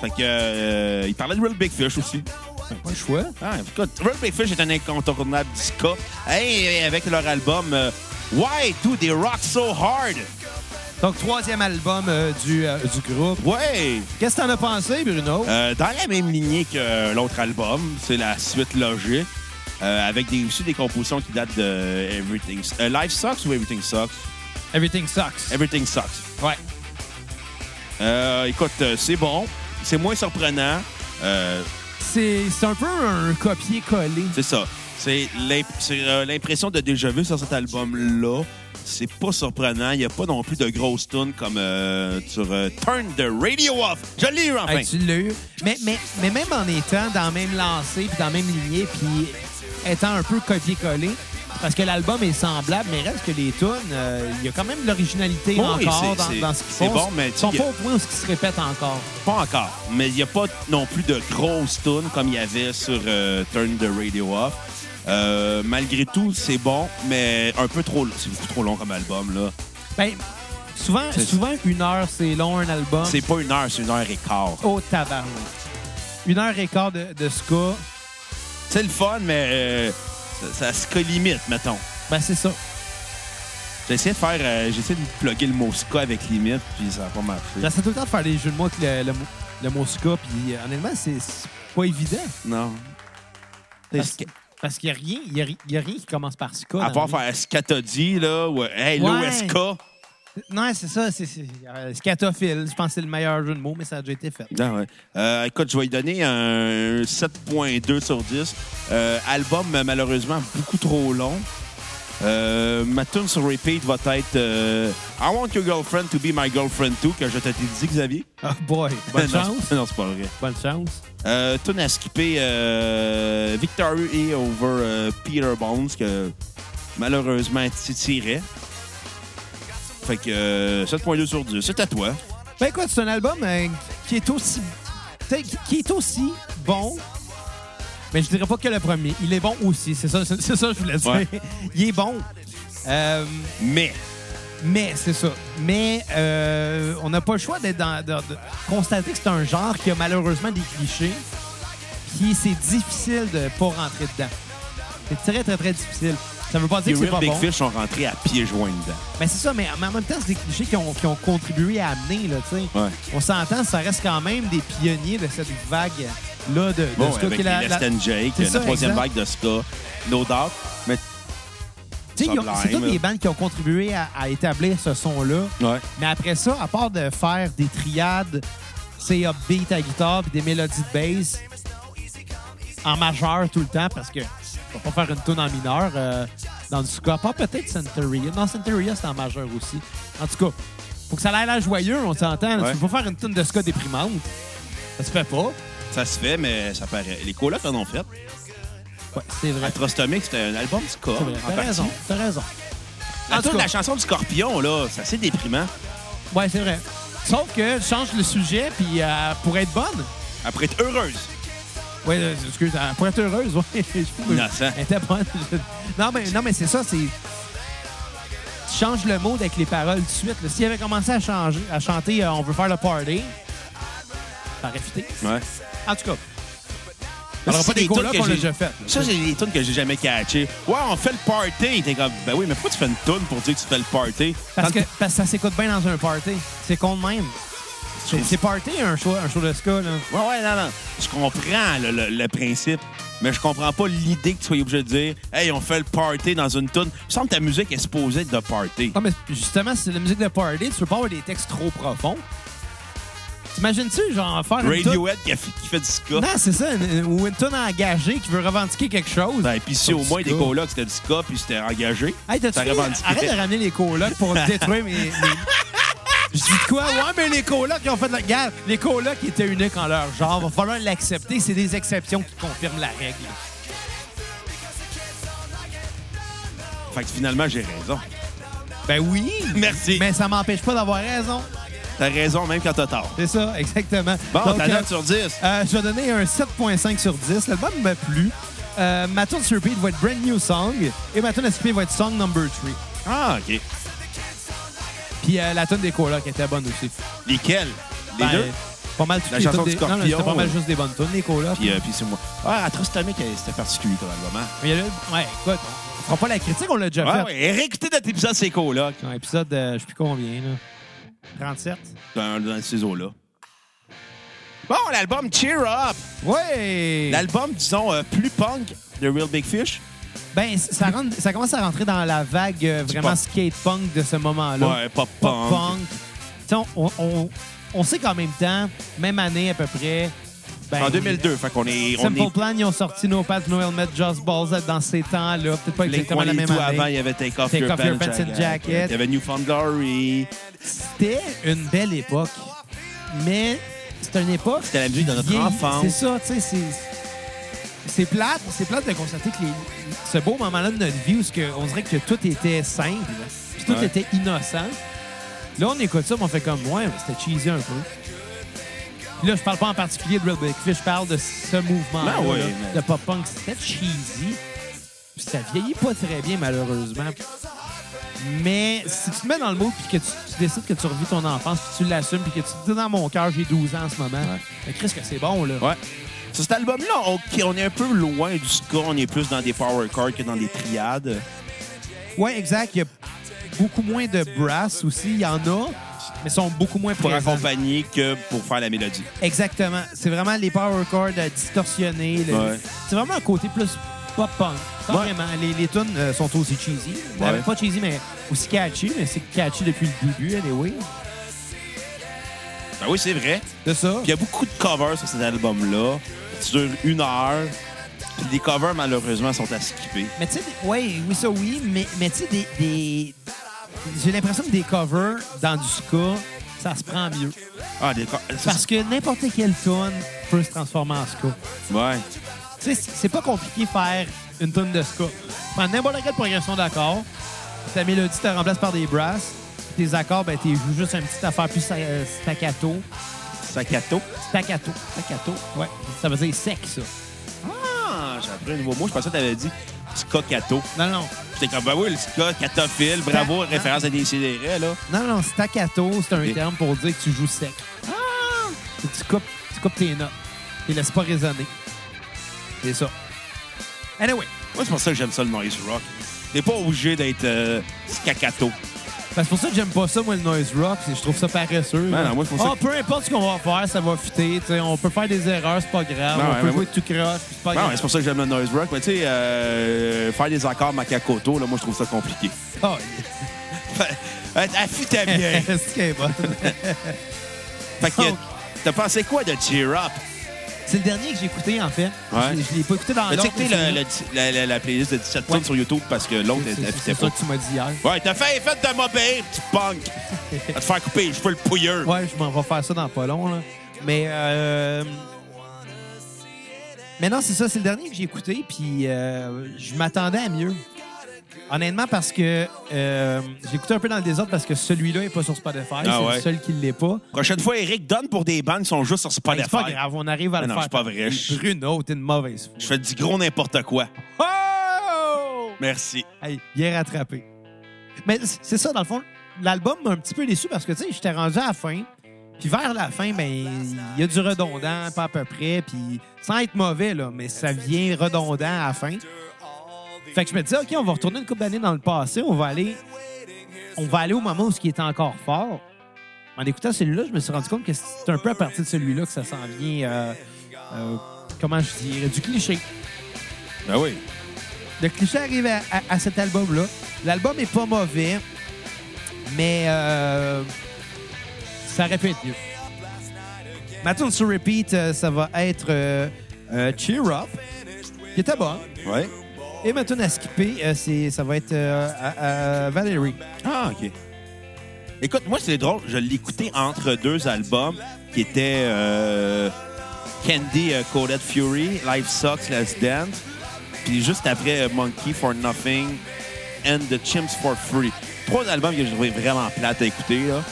[SPEAKER 3] Fait que. euh, il parlait de Real Big Fish aussi.
[SPEAKER 1] Pas le choix.
[SPEAKER 3] Ah, écoute, Real Big Fish est un incontournable du ska. Hey, avec leur album euh, Why Do They Rock So Hard?
[SPEAKER 1] Donc, troisième album euh, du, euh, du groupe.
[SPEAKER 3] Ouais!
[SPEAKER 1] Qu'est-ce que t'en as pensé, Bruno?
[SPEAKER 3] Euh, dans la même lignée que euh, l'autre album, c'est la suite logique, euh, avec des, aussi des compositions qui datent de Everything... euh, Life Sucks ou Everything Sucks?
[SPEAKER 1] Everything Sucks.
[SPEAKER 3] Everything Sucks.
[SPEAKER 1] Ouais.
[SPEAKER 3] Euh, écoute, euh, c'est bon, c'est moins surprenant. Euh,
[SPEAKER 1] C'est c'est un peu un copier-coller.
[SPEAKER 3] C'est ça. C'est l'imp- c'est, euh, l'impression de déjà vu sur cet album-là. C'est pas surprenant. Il n'y a pas non plus de grosses tunes comme euh, sur euh, Turn the Radio Off. Je l'ai eu enfin.
[SPEAKER 1] Hey, tu l'as eu. Mais, mais, mais même en étant dans la même lancée, puis dans la même lignée, puis étant un peu copier-coller, parce que l'album est semblable, mais reste que les tunes, euh, il y a quand même de l'originalité
[SPEAKER 3] Oui,
[SPEAKER 1] encore
[SPEAKER 3] c'est-
[SPEAKER 1] dans,
[SPEAKER 3] c'est-
[SPEAKER 1] dans ce qu'ils
[SPEAKER 3] c'est
[SPEAKER 1] font.
[SPEAKER 3] bon, mais
[SPEAKER 1] Ils sont
[SPEAKER 3] tu-
[SPEAKER 1] pas au point où ce qui se répète encore.
[SPEAKER 3] Pas encore. Mais il n'y a pas non plus de grosses tunes comme il y avait sur euh, Turn the Radio Off. Euh, malgré tout, c'est bon, mais un peu trop long. C'est beaucoup trop long comme album, là.
[SPEAKER 1] Ben, souvent,
[SPEAKER 3] C'est-
[SPEAKER 1] souvent une heure, c'est long, un album.
[SPEAKER 3] C'est pas une heure, c'est une heure et quart.
[SPEAKER 1] au tabarnak. Une heure et quart de, de ska,
[SPEAKER 3] C'est le fun, mais euh, ça, ça se colimite, mettons.
[SPEAKER 1] ben c'est ça.
[SPEAKER 3] J'ai essayé de faire. euh, j'ai essayé de plugger le mot ska avec limite, puis ça n'a pas marché.
[SPEAKER 1] J'essaie Ben, tout le temps de faire des jeux de mots avec le, le, mot- le mot ska, puis euh, honnêtement, c'est c'est pas évident.
[SPEAKER 3] Non.
[SPEAKER 1] Parce que- Parce qu'il n'y a, rien- il y a ri- il y a rien qui commence par Ska.
[SPEAKER 3] À
[SPEAKER 1] dans
[SPEAKER 3] part
[SPEAKER 1] la vie.
[SPEAKER 3] faire Scatodi, là, ou hey, l'OSK.
[SPEAKER 1] Non, c'est ça. C'est, c'est- euh, scatophile. Je pense que c'est le meilleur jeu de mots, mais ça a déjà été fait.
[SPEAKER 3] Non, ouais. Euh, écoute, je vais lui donner un 7.2 sur 10. Euh, album, euh, malheureusement, beaucoup trop long. Euh, ma tune sur repeat va être euh, I Want Your Girlfriend to Be My Girlfriend Too, que je t'ai dit, Xavier.
[SPEAKER 1] Oh boy. Bonne
[SPEAKER 3] Non,
[SPEAKER 1] chance.
[SPEAKER 3] c'est- Non, c'est pas vrai.
[SPEAKER 1] Bonne chance.
[SPEAKER 3] Euh, tune à skipper euh, Victory over euh, Peter Bones, que malheureusement, tirait. Fait que euh, 7.2 sur 10. C'est à toi.
[SPEAKER 1] Ben écoute, c'est un album euh, qui est aussi peut-être qui- qui est aussi bon, mais je dirais pas que le premier. Il est bon aussi, c'est ça, c'est c'est ça que je voulais dire.
[SPEAKER 3] Ouais.
[SPEAKER 1] Il est bon, Euh,
[SPEAKER 3] Mais.
[SPEAKER 1] mais c'est ça. Mais euh, on n'a pas le choix d'être dans, de, de constater que c'est un genre qui a malheureusement des clichés, puis c'est difficile de pas rentrer dedans. C'est très très très difficile. Ça veut pas dire
[SPEAKER 3] Les
[SPEAKER 1] que c'est
[SPEAKER 3] Real
[SPEAKER 1] pas
[SPEAKER 3] Big
[SPEAKER 1] bon.
[SPEAKER 3] Fish sont rentrés à pieds joints dedans.
[SPEAKER 1] Mais c'est ça, mais en même temps, c'est des clichés qui ont, qui ont contribué à amener, là, tu sais.
[SPEAKER 3] Ouais.
[SPEAKER 1] On s'entend, ça reste quand même des pionniers de cette vague-là de, de
[SPEAKER 3] Bon,
[SPEAKER 1] ska
[SPEAKER 3] avec
[SPEAKER 1] qui est
[SPEAKER 3] les
[SPEAKER 1] la-
[SPEAKER 3] Last
[SPEAKER 1] la-
[SPEAKER 3] and Jake,
[SPEAKER 1] C'est
[SPEAKER 3] la
[SPEAKER 1] ça,
[SPEAKER 3] troisième
[SPEAKER 1] exact.
[SPEAKER 3] vague de Ska, No Doubt. Mais,
[SPEAKER 1] Tu sais, ils ont- C'est
[SPEAKER 3] Sublime.
[SPEAKER 1] toutes des bandes qui ont contribué à, à établir ce son-là.
[SPEAKER 3] ouais.
[SPEAKER 1] Mais après ça, à part de faire des triades, c'est upbeat à guitare puis des mélodies de bass en majeur tout le temps parce que on va pas faire une tune en mineur euh, dans du ska. Pas peut-être Centuria. Non, Centuria, c'est en majeur aussi. En tout cas, faut que ça aille l'air joyeux, on s'entend. là.
[SPEAKER 3] Ouais.
[SPEAKER 1] Tu peux pas faire une tune de ska déprimante. Ça se fait pas.
[SPEAKER 3] ça se fait, mais ça paraît. Les colocs en ont fait.
[SPEAKER 1] Ouais, c'est vrai.
[SPEAKER 3] Atrostomic, c'était un album Ska.
[SPEAKER 1] C'est vrai.
[SPEAKER 3] Ah, en
[SPEAKER 1] T'as
[SPEAKER 3] partie.
[SPEAKER 1] raison, t'as raison.
[SPEAKER 3] La,
[SPEAKER 1] En tout
[SPEAKER 3] tour de
[SPEAKER 1] cas.
[SPEAKER 3] la chanson du Scorpion, là, c'est assez déprimant.
[SPEAKER 1] Ouais, c'est vrai. Sauf que je change le sujet, puis euh, pour être bonne.
[SPEAKER 3] Après être heureuse.
[SPEAKER 1] Ouais, euh, excuse, euh, pour être heureuse, ouais. je trouve-
[SPEAKER 3] Innocent.
[SPEAKER 1] Elle était bonne. Je- Non, mais, non, mais c'est ça, c'est. Tu changes le mot avec les paroles tout de suite. là. S'il avait commencé à, changer, à chanter euh, On veut faire le party, ça aurait fité.
[SPEAKER 3] Ouais.
[SPEAKER 1] En tout cas, on n'aura
[SPEAKER 3] Ça,
[SPEAKER 1] pas
[SPEAKER 3] c'est
[SPEAKER 1] des
[SPEAKER 3] tunes
[SPEAKER 1] gars-là
[SPEAKER 3] que
[SPEAKER 1] qu'on a
[SPEAKER 3] j'ai-
[SPEAKER 1] déjà fait. là.
[SPEAKER 3] Ça, c'est des tunes que j'ai jamais catchées. Ouais, on fait le party. T'es comme, ben oui, mais pourquoi tu fais une tune pour dire que tu fais le party?
[SPEAKER 1] Parce
[SPEAKER 3] Tant
[SPEAKER 1] que, parce que ça s'écoute bien dans un party. C'est con de même. C'est c'est party, un show, un show de ska, là.
[SPEAKER 3] Ouais, ouais, non, non. Je comprends le, le- le principe, mais je comprends pas l'idée que tu sois obligé de dire Hey, on fait le party dans une toune. Il me semble que ta musique est supposée être de party.
[SPEAKER 1] Non, mais justement, c'est la musique de party, tu peux pas avoir des textes trop profonds. T'imagines-tu, genre, faire une tune-
[SPEAKER 3] Radiohead qui, a fait- qui fait du ska.
[SPEAKER 1] Non, c'est ça, une- ou une tonne engagée qui veut revendiquer quelque chose.
[SPEAKER 3] Ben, puis si
[SPEAKER 1] Sur
[SPEAKER 3] au
[SPEAKER 1] du
[SPEAKER 3] moins des
[SPEAKER 1] ska.
[SPEAKER 3] colocs, c'était du ska, puis c'était engagé.
[SPEAKER 1] Hey, t'as-tu
[SPEAKER 3] ça
[SPEAKER 1] vu-
[SPEAKER 3] revendiquait.
[SPEAKER 1] Arrête de ramener les colocs pour détruire mes... mes- Je dis de quoi? Ouais, mais les colocs, ils ont fait de la guerre. Les colocs étaient uniques en leur genre. Va falloir l'accepter. C'est des exceptions qui confirment la règle.
[SPEAKER 3] Fait que finalement, j'ai raison.
[SPEAKER 1] Ben oui!
[SPEAKER 3] Merci.
[SPEAKER 1] Mais ça m'empêche pas d'avoir raison.
[SPEAKER 3] T'as raison, même quand t'as tort.
[SPEAKER 1] C'est ça, exactement.
[SPEAKER 3] Bon,
[SPEAKER 1] Donc, euh,
[SPEAKER 3] t'as note sur 10.
[SPEAKER 1] Euh, je vais donner un 7.5 sur 10. L'album m'a plu. Euh, ma tune sur repeat va être Brand New Song et ma tune à skipper va être Song Number 3.
[SPEAKER 3] Ah, OK.
[SPEAKER 1] Puis euh, la tune des colocs était bonne aussi.
[SPEAKER 3] Lesquels Les
[SPEAKER 1] Ben,
[SPEAKER 3] deux
[SPEAKER 1] Pas mal toutes
[SPEAKER 3] La
[SPEAKER 1] les
[SPEAKER 3] chanson
[SPEAKER 1] tunes
[SPEAKER 3] du
[SPEAKER 1] des- non, non,
[SPEAKER 3] Scorpion.
[SPEAKER 1] c'était pas mal juste des bonnes tunes, les colocs.
[SPEAKER 3] Puis, euh, puis c'est moi. Ah, Atrostomic, euh, c'était particulier comme album. hein? Ah
[SPEAKER 1] Mais il y a eu- Ouais, écoute, on fera pas la critique, on l'a déjà
[SPEAKER 3] Ouais,
[SPEAKER 1] fait.
[SPEAKER 3] ouais. Réécoutez notre épisode, c'est colocs.
[SPEAKER 1] Un épisode, euh, je sais plus combien, là. 37?
[SPEAKER 3] Dans, dans ces eaux-là. Bon, l'album Cheer Up.
[SPEAKER 1] Ouais!
[SPEAKER 3] L'album, disons, euh, plus punk de Real Big Fish.
[SPEAKER 1] Ben, c- ça, rentre- ça commence à rentrer dans la vague euh,
[SPEAKER 3] Du
[SPEAKER 1] vraiment
[SPEAKER 3] pop.
[SPEAKER 1] skate-punk de ce moment-là.
[SPEAKER 3] Ouais, pop
[SPEAKER 1] pop
[SPEAKER 3] punk.
[SPEAKER 1] punk. Tu sais, On, on- on sait qu'en même temps, même année à peu près. ben,
[SPEAKER 3] En 2002, fait qu'on est, on
[SPEAKER 1] Simple
[SPEAKER 3] est
[SPEAKER 1] Plan, ils ont sorti No Path, No Helmet, Just Balls dans ces temps-là. Peut-être pas
[SPEAKER 3] les
[SPEAKER 1] exactement
[SPEAKER 3] coins
[SPEAKER 1] la
[SPEAKER 3] et
[SPEAKER 1] même
[SPEAKER 3] tout
[SPEAKER 1] année.
[SPEAKER 3] avant, il y avait Take Off,
[SPEAKER 1] Take
[SPEAKER 3] Your,
[SPEAKER 1] Off
[SPEAKER 3] Pants
[SPEAKER 1] Your Pants and Jacket.
[SPEAKER 3] Il y avait Newfound Glory.
[SPEAKER 1] C'était une belle époque. Mais c'était une époque.
[SPEAKER 3] C'était la musique de notre
[SPEAKER 1] vieille.
[SPEAKER 3] enfance.
[SPEAKER 1] C'est ça, tu sais, c'est. C'est plate, c'est plate de constater que les- ce beau moment-là de notre vie où ce que- on dirait que tout était simple, puis tout
[SPEAKER 3] Ouais.
[SPEAKER 1] était innocent. Là, on écoute ça, mais on fait comme ouais, mais c'était cheesy un peu. Puis là, je parle pas en particulier de Real Big Fish, je parle de ce mouvement-là,
[SPEAKER 3] Ben oui,
[SPEAKER 1] là,
[SPEAKER 3] mais-
[SPEAKER 1] le pop-punk. C'était cheesy, puis ça vieillit pas très bien, malheureusement. Mais si tu te mets dans le mood puis que tu, tu décides que tu revis ton enfance, puis tu l'assumes, puis que tu te dis dans mon cœur, j'ai 12 ans en ce moment,
[SPEAKER 3] Ouais.
[SPEAKER 1] mais Chris, que c'est bon, là.
[SPEAKER 3] Ouais. Sur cet album-là, on, on est un peu loin du ska. On est plus dans des power chords que dans des triades.
[SPEAKER 1] Ouais, exact. Il y a beaucoup moins de brass aussi. Il y en a, mais sont beaucoup moins
[SPEAKER 3] Pour
[SPEAKER 1] présents.
[SPEAKER 3] accompagner que pour faire la mélodie.
[SPEAKER 1] Exactement. C'est vraiment les power chords euh, distorsionnés. le-
[SPEAKER 3] Ouais.
[SPEAKER 1] C'est vraiment un côté plus pop punk.
[SPEAKER 3] Ouais.
[SPEAKER 1] Carrément. Les, les tunes euh, sont aussi cheesy. Ben,
[SPEAKER 3] Ouais.
[SPEAKER 1] Pas cheesy, mais aussi catchy, mais c'est catchy depuis le début, anyway.
[SPEAKER 3] Ben oui, c'est vrai.
[SPEAKER 1] De ça.
[SPEAKER 3] Puis il y a beaucoup de covers sur cet album-là. Ça dure une heure. Puis les covers, malheureusement, sont à skipper.
[SPEAKER 1] Mais tu sais, des- ouais, oui, ça oui, mais, mais tu sais, des, des- j'ai l'impression que des covers dans du ska, ça se prend mieux.
[SPEAKER 3] Ah, des covers.
[SPEAKER 1] Parce que n'importe quelle tune peut se transformer en ska.
[SPEAKER 3] Ouais.
[SPEAKER 1] Tu sais, c'est c'est pas compliqué faire une tune de ska. Prends n'importe quelle progression d'accord, ta mélodie te remplace par des brasses, tes accords, ben, t'es joues juste une petite affaire plus sta- euh, staccato.
[SPEAKER 3] Staccato.
[SPEAKER 1] Staccato, staccato, ouais. Ça veut dire sec, ça.
[SPEAKER 3] Ah, j'ai appris un nouveau mot. Je pensais que t'avais dit scoccato.
[SPEAKER 1] Non, non,
[SPEAKER 3] J'étais comme, ben oui, le ska, catophile, bravo, référence à des sidérés, là.
[SPEAKER 1] non, non, staccato, c'est un
[SPEAKER 3] Ok. Ah!
[SPEAKER 1] terme pour dire que tu joues sec. Et tu coupes, tu coupes tes notes. Tu les laisses pas résonner. C'est ça. Anyway,
[SPEAKER 3] Moi, c'est pour ça que j'aime ça, le noise rock. T'es pas obligé d'être euh, scaccato.
[SPEAKER 1] ben, c'est pour ça que j'aime pas ça, moi, le noise rock. c'est- Je trouve ça paresseux.
[SPEAKER 3] Ben non, moi, c'est pour ça
[SPEAKER 1] Ah, Peu importe ce qu'on va faire, ça va fitter. tu sais, On peut faire des erreurs, c'est pas grave.
[SPEAKER 3] Ben
[SPEAKER 1] on
[SPEAKER 3] ouais,
[SPEAKER 1] peut
[SPEAKER 3] mais
[SPEAKER 1] jouer
[SPEAKER 3] moi-
[SPEAKER 1] tout croche, c'est pas
[SPEAKER 3] Non,
[SPEAKER 1] grave.
[SPEAKER 3] c'est pour ça que j'aime le noise rock. Mais tu sais, euh, faire des accords macacoto, là, moi, je trouve ça compliqué.
[SPEAKER 1] Ah,
[SPEAKER 3] Affûte-toi bien.
[SPEAKER 1] c'est qu'elle est bonne.
[SPEAKER 3] fait que t'as pensé quoi de Cheer Up?
[SPEAKER 1] C'est le dernier que j'ai écouté, en fait.
[SPEAKER 3] Ouais.
[SPEAKER 1] Je, je l'ai pas écouté dans
[SPEAKER 3] T'as
[SPEAKER 1] l'ordre.
[SPEAKER 3] checké le- le- la, la- la playlist de 17
[SPEAKER 1] Ouais.
[SPEAKER 3] tours sur YouTube parce que l'autre,
[SPEAKER 1] C'est-
[SPEAKER 3] elle
[SPEAKER 1] c'est-
[SPEAKER 3] n'affichait
[SPEAKER 1] C'est ça
[SPEAKER 3] pas.
[SPEAKER 1] que tu m'as dit hier.
[SPEAKER 3] Ouais, t'as fait, fait de m'obéir, petit punk. À te faire couper les cheveux le pouilleux.
[SPEAKER 1] Ouais, je m'en vais faire ça dans pas long. Là. Mais, euh... mais non, c'est ça, c'est le dernier que j'ai écouté, puis euh, je m'attendais à mieux. Honnêtement, parce que euh, j'ai écouté un peu dans le désordre parce que celui-là est pas sur Spotify,
[SPEAKER 3] Ah
[SPEAKER 1] c'est
[SPEAKER 3] ouais.
[SPEAKER 1] le seul qui l'est pas.
[SPEAKER 3] Prochaine fois, Eric donne pour des bandes qui sont juste sur
[SPEAKER 1] Mais
[SPEAKER 3] Spotify.
[SPEAKER 1] Ben, C'est pas grave, on arrive à
[SPEAKER 3] Mais
[SPEAKER 1] le
[SPEAKER 3] non,
[SPEAKER 1] faire.
[SPEAKER 3] c'est pas vrai. Je-
[SPEAKER 1] Bruno, t'es une mauvaise foi.
[SPEAKER 3] Je fais du gros n'importe quoi.
[SPEAKER 1] Oh!
[SPEAKER 3] Merci.
[SPEAKER 1] Hey, bien rattrapé. Mais c- c'est ça, dans le fond, l'album m'a un petit peu déçu parce que, tu sais, j'étais rendu à la fin. Puis vers la fin, ben il y a du redondant, pas à peu près. Puis sans être mauvais, là, mais ça vient redondant à la fin. Fait que je me disais, OK, on va retourner une couple d'années dans le passé. On va aller on va aller au moment où ce qui est encore fort. En écoutant celui-là, je me suis rendu compte que c'est un peu à partir de celui-là que ça s'en vient, euh, euh, comment je dirais, du cliché.
[SPEAKER 3] Ben oui.
[SPEAKER 1] Le cliché arrive à, à- à cet album-là. L'album est pas mauvais, mais euh, ça aurait pu être mieux. Ma tune sur repeat, euh, ça va être euh, euh, Cheer Up, qui était bonne.
[SPEAKER 3] Ouais.
[SPEAKER 1] Et ma tune à skipper, euh, c'est- ça va être euh, à- à Valerie.
[SPEAKER 3] Ah, OK. Écoute, moi, c'est drôle. Je l'écoutais entre deux albums qui étaient euh, Candy euh, Coded Fury, Life Sucks, Let's Dance. Puis juste après, euh, Monkey for Nothing and The Chimps for Free. Trois albums que j'ai trouvé vraiment plates à écouter. Là.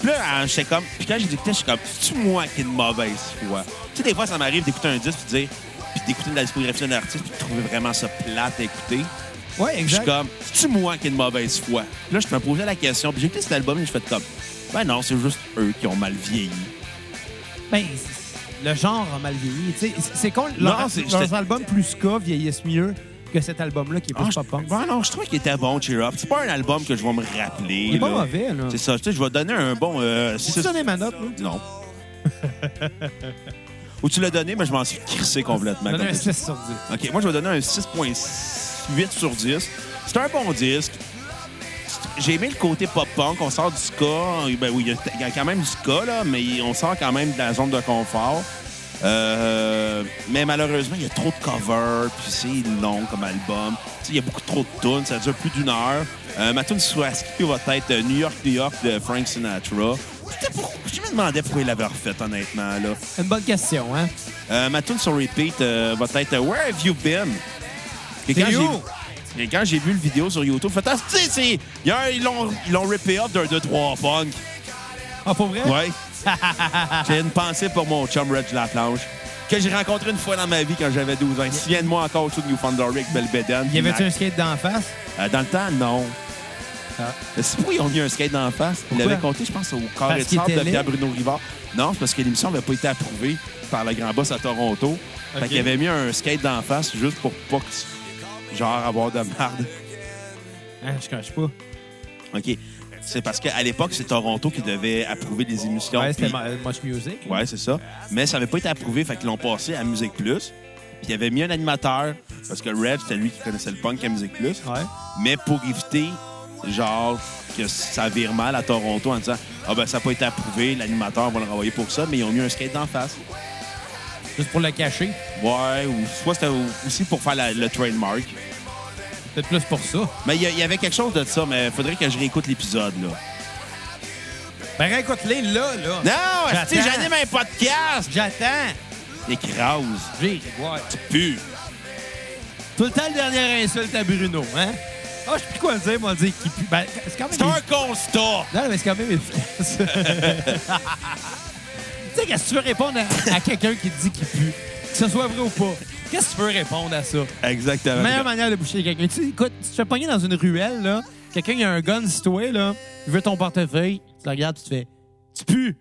[SPEAKER 3] Puis là, hein, j'étais comme... Puis quand j'ai écouté, je suis comme, c'est-tu moi qui ai une mauvaise foi? Tu sais, des fois, ça m'arrive d'écouter un disque puis de dire... Puis d'écouter de la discographie d'un artiste puis de trouver vraiment ça plate à écouter.
[SPEAKER 1] Ouais,
[SPEAKER 3] Puis Je suis
[SPEAKER 1] exact.
[SPEAKER 3] comme, c'est-tu moi qui ai une mauvaise foi? Puis là, je me posais la question, puis j'ai écouté cet album et je fais comme, ben non, c'est juste eux qui ont mal vieilli.
[SPEAKER 1] Ben, c'est- le genre a mal vieilli. Tu sais, c'est- C'est con, leurs,
[SPEAKER 3] c'est-
[SPEAKER 1] leurs
[SPEAKER 3] j'étais-
[SPEAKER 1] albums plus ska vieillissent mieux que cet album-là qui est
[SPEAKER 3] Ah,
[SPEAKER 1] plus
[SPEAKER 3] je-
[SPEAKER 1] pop-punk.
[SPEAKER 3] ben non, je trouvais qu'il était bon, Cheer Up. C'est pas un album que je vais me rappeler.
[SPEAKER 1] Il est pas
[SPEAKER 3] là.
[SPEAKER 1] mauvais, là.
[SPEAKER 3] C'est ça, tu sais, je vais donner un bon. euh,
[SPEAKER 1] Tu
[SPEAKER 3] six-
[SPEAKER 1] donné ma note, là?
[SPEAKER 3] Non. Ou tu l'as donné, mais je m'en suis crissé complètement.
[SPEAKER 1] Donner
[SPEAKER 3] comme
[SPEAKER 1] un
[SPEAKER 3] ça.
[SPEAKER 1] 6 sur 10.
[SPEAKER 3] OK, moi, je vais donner un 6.8 sur 10. C'est un bon disque. C'est- J'ai aimé le côté pop-punk. On sort du ska. Ben oui, il y a- il y, a quand même du ska, là, mais on sort quand même de la zone de confort. Euh, mais malheureusement, il y a trop de covers, puis c'est long comme album. Tu sais, Il y a beaucoup trop de tunes, ça dure plus d'une heure. Euh, ma tune sur à skipper va être euh, New York, New York de Frank Sinatra. J'étais pour- Je me demandais pourquoi il l'avait refait, honnêtement. Là.
[SPEAKER 1] Une bonne question, hein?
[SPEAKER 3] Euh, ma tune sur repeat euh, va être euh, Where Have You Been? Et
[SPEAKER 1] C'est
[SPEAKER 3] quand
[SPEAKER 1] you.
[SPEAKER 3] j'ai- et quand j'ai vu le vidéo sur YouTube, fait Ah, c'est- c'est- il y a un- ils l'ont ils l'ont rippé up d'un 2-3 punk.
[SPEAKER 1] Ah, pour vrai?
[SPEAKER 3] Ouais. j'ai une pensée pour mon chum Reg Laplanche, que j'ai rencontré une fois dans ma vie quand j'avais 12 ans. Il se souvient de moi encore au de Newfoundland Rick, Belbeden.
[SPEAKER 1] Il y avait-tu un skate d'en face?
[SPEAKER 3] Euh, Dans le temps, non.
[SPEAKER 1] Ah.
[SPEAKER 3] Mais C'est pourquoi ils ont mis un skate d'en face. Ils
[SPEAKER 1] Pourquoi?
[SPEAKER 3] l'avaient compté, je pense, au
[SPEAKER 1] Parce
[SPEAKER 3] carré de
[SPEAKER 1] qu'il
[SPEAKER 3] sable de
[SPEAKER 1] était
[SPEAKER 3] Pierre
[SPEAKER 1] laid?
[SPEAKER 3] Bruno Rivard. Non, c'est parce que l'émission n'avait pas été approuvée par le grand boss à Toronto. Fait
[SPEAKER 1] Ok.
[SPEAKER 3] qu'il avait mis un skate d'en face juste pour pas que tu- genre avoir de merde.
[SPEAKER 1] Hein, je cache pas.
[SPEAKER 3] OK. C'est parce qu'à l'époque, c'est Toronto qui devait approuver les émissions.
[SPEAKER 1] ouais, c'était
[SPEAKER 3] puis-
[SPEAKER 1] ma- Much Music.
[SPEAKER 3] Ouais, c'est ça. Mais ça n'avait pas été approuvé, fait qu'ils l'ont passé à Musique Plus. Puis il avait mis un animateur, parce que Red, c'était lui qui connaissait le punk à Musique Plus.
[SPEAKER 1] Ouais.
[SPEAKER 3] Mais pour éviter, genre, que ça vire mal à Toronto en disant Ah ben ça n'a pas été approuvé, l'animateur, on va le renvoyer pour ça, mais ils ont mis un skate d'en face.
[SPEAKER 1] Juste pour le cacher.
[SPEAKER 3] Ouais, ou soit c'était aussi pour faire la- le trademark.
[SPEAKER 1] Peut-être plus pour ça.
[SPEAKER 3] Mais il y, a- il y avait quelque chose de ça, mais faudrait que je réécoute l'épisode, là.
[SPEAKER 1] Ben, écoute-les là, là.
[SPEAKER 3] Non,
[SPEAKER 1] J'attends.
[SPEAKER 3] tu j'anime un podcast!
[SPEAKER 1] J'attends.
[SPEAKER 3] Écrase,
[SPEAKER 1] J'ai ouais.
[SPEAKER 3] pu.
[SPEAKER 1] Tout le temps, la dernière insulte à Bruno, hein? Ah, je sais plus quoi dire, moi, dire qu'il pue. Ben, c'est quand même.
[SPEAKER 3] C'est un constat!
[SPEAKER 1] Non, mais c'est quand même efficace. tu sais, qu'est-ce que tu veux répondre à, à quelqu'un qui te dit qu'il pue? Que ce soit vrai ou pas. Qu'est-ce que tu veux répondre à ça?
[SPEAKER 3] Exactement.
[SPEAKER 1] Meilleure manière de boucher quelqu'un. Tu sais, écoute, tu te fais pogner dans une ruelle, là. Quelqu'un, il a un gun sur toi, là. Il veut ton portefeuille. Tu le regardes, tu te fais. Tu pues!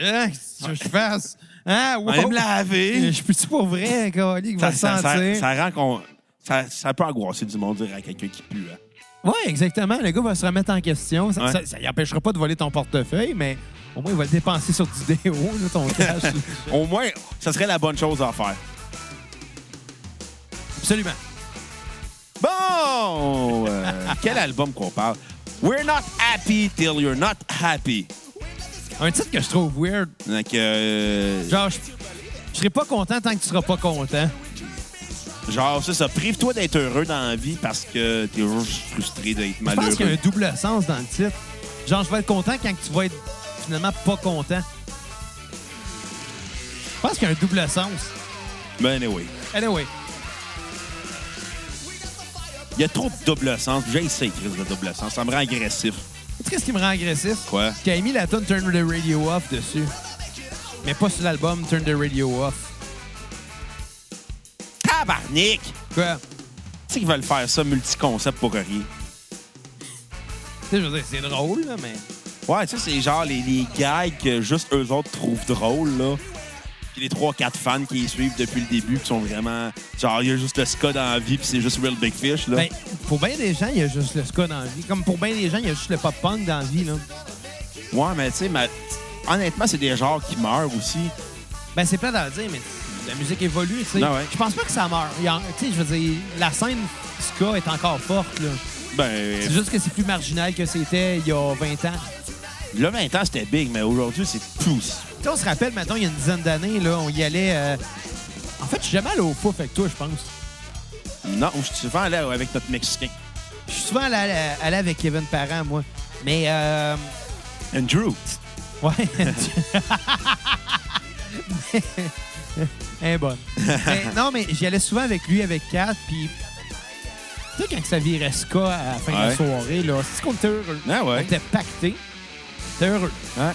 [SPEAKER 1] Hein? Qu'est-ce que je fasse? Hein? Wow. Euh,
[SPEAKER 3] Même laver.
[SPEAKER 1] Je peux-tu pour vrai, Cali, qui va
[SPEAKER 3] Ça,
[SPEAKER 1] le
[SPEAKER 3] ça,
[SPEAKER 1] sentir?
[SPEAKER 3] ça, ça rend qu'on. Ça, ça peut angoisser du monde dire à quelqu'un qui pue. hein.
[SPEAKER 1] Oui, exactement. Le gars va se remettre en question. Ça,
[SPEAKER 3] Ouais.
[SPEAKER 1] ça- ça y empêchera pas de voler ton portefeuille, mais au moins, il va le dépenser sur du déo, là, ton cash.
[SPEAKER 3] Au moins, ça serait la bonne chose à faire.
[SPEAKER 1] Absolument.
[SPEAKER 3] Bon! euh, quel album qu'on parle? We're not happy till you're not happy.
[SPEAKER 1] Un titre que je trouve weird.
[SPEAKER 3] Donc, euh,
[SPEAKER 1] Genre, je je serai pas content tant que tu seras pas content.
[SPEAKER 3] genre, c'est ça. Prive-toi d'être heureux dans la vie parce que t'es juste frustré d'être
[SPEAKER 1] Je pense qu'il y a un
[SPEAKER 3] malheureux.
[SPEAKER 1] double sens dans le titre. Genre, je vais être content quand tu vas être finalement pas content. Je pense qu'il y a un double sens.
[SPEAKER 3] Mais Ben, anyway,
[SPEAKER 1] Anyway,
[SPEAKER 3] il y a trop de double sens. J'ai essayé Chris, de double sens. Ça me rend agressif.
[SPEAKER 1] tu sais ce qui me rend agressif?
[SPEAKER 3] Quoi?
[SPEAKER 1] Qui a mis la tune Turn the Radio Off dessus. Mais pas sur l'album Turn the Radio Off.
[SPEAKER 3] Tabarnak!
[SPEAKER 1] Quoi?
[SPEAKER 3] Tu sais qu'ils veulent faire ça multi-concept pour rien.
[SPEAKER 1] Tu sais, je veux dire, c'est drôle, là, mais.
[SPEAKER 3] Ouais, tu sais, c'est genre les, les gags que juste eux autres trouvent drôles, là. Puis les 3-4 fans qui les suivent depuis le début, qui sont vraiment. Genre, il y a juste le ska dans la vie, puis c'est juste Real Big Fish, là.
[SPEAKER 1] Ben, pour bien des gens, il y a juste le ska dans la vie. Comme pour bien des gens, il y a juste le pop-punk dans la vie, là.
[SPEAKER 3] ouais, mais tu sais, ma- honnêtement, c'est des genres qui meurent aussi.
[SPEAKER 1] Ben, c'est plate à dire, mais la musique évolue, tu sais.
[SPEAKER 3] Ah ouais.
[SPEAKER 1] Je pense pas que ça meurt. Il y en- Tu sais, je veux dire, la scène ska est encore forte, là.
[SPEAKER 3] Ben,
[SPEAKER 1] C'est juste que c'est plus marginal que c'était il y a 20 ans.
[SPEAKER 3] là, 20 ans, c'était big, mais aujourd'hui, c'est pouce.
[SPEAKER 1] Tu sais, on se rappelle, maintenant, il y a une dizaine d'années, là, on y allait... euh, En fait, je suis jamais allé au fouf avec toi, je pense.
[SPEAKER 3] Non, je suis souvent là avec notre Mexicain.
[SPEAKER 1] Je suis souvent allé, allé avec Kevin Parent, moi. Mais... euh,
[SPEAKER 3] Andrew.
[SPEAKER 1] Ouais. Elle est bonne. Mais non, mais j'y allais souvent avec lui, avec Kat, puis... Tu sais, quand ça virait ska à la fin de la
[SPEAKER 3] Ouais.
[SPEAKER 1] soirée, là, c'est qu'on était heureux.
[SPEAKER 3] Ah ouais.
[SPEAKER 1] On était pacté. T'es heureux.
[SPEAKER 3] Ouais.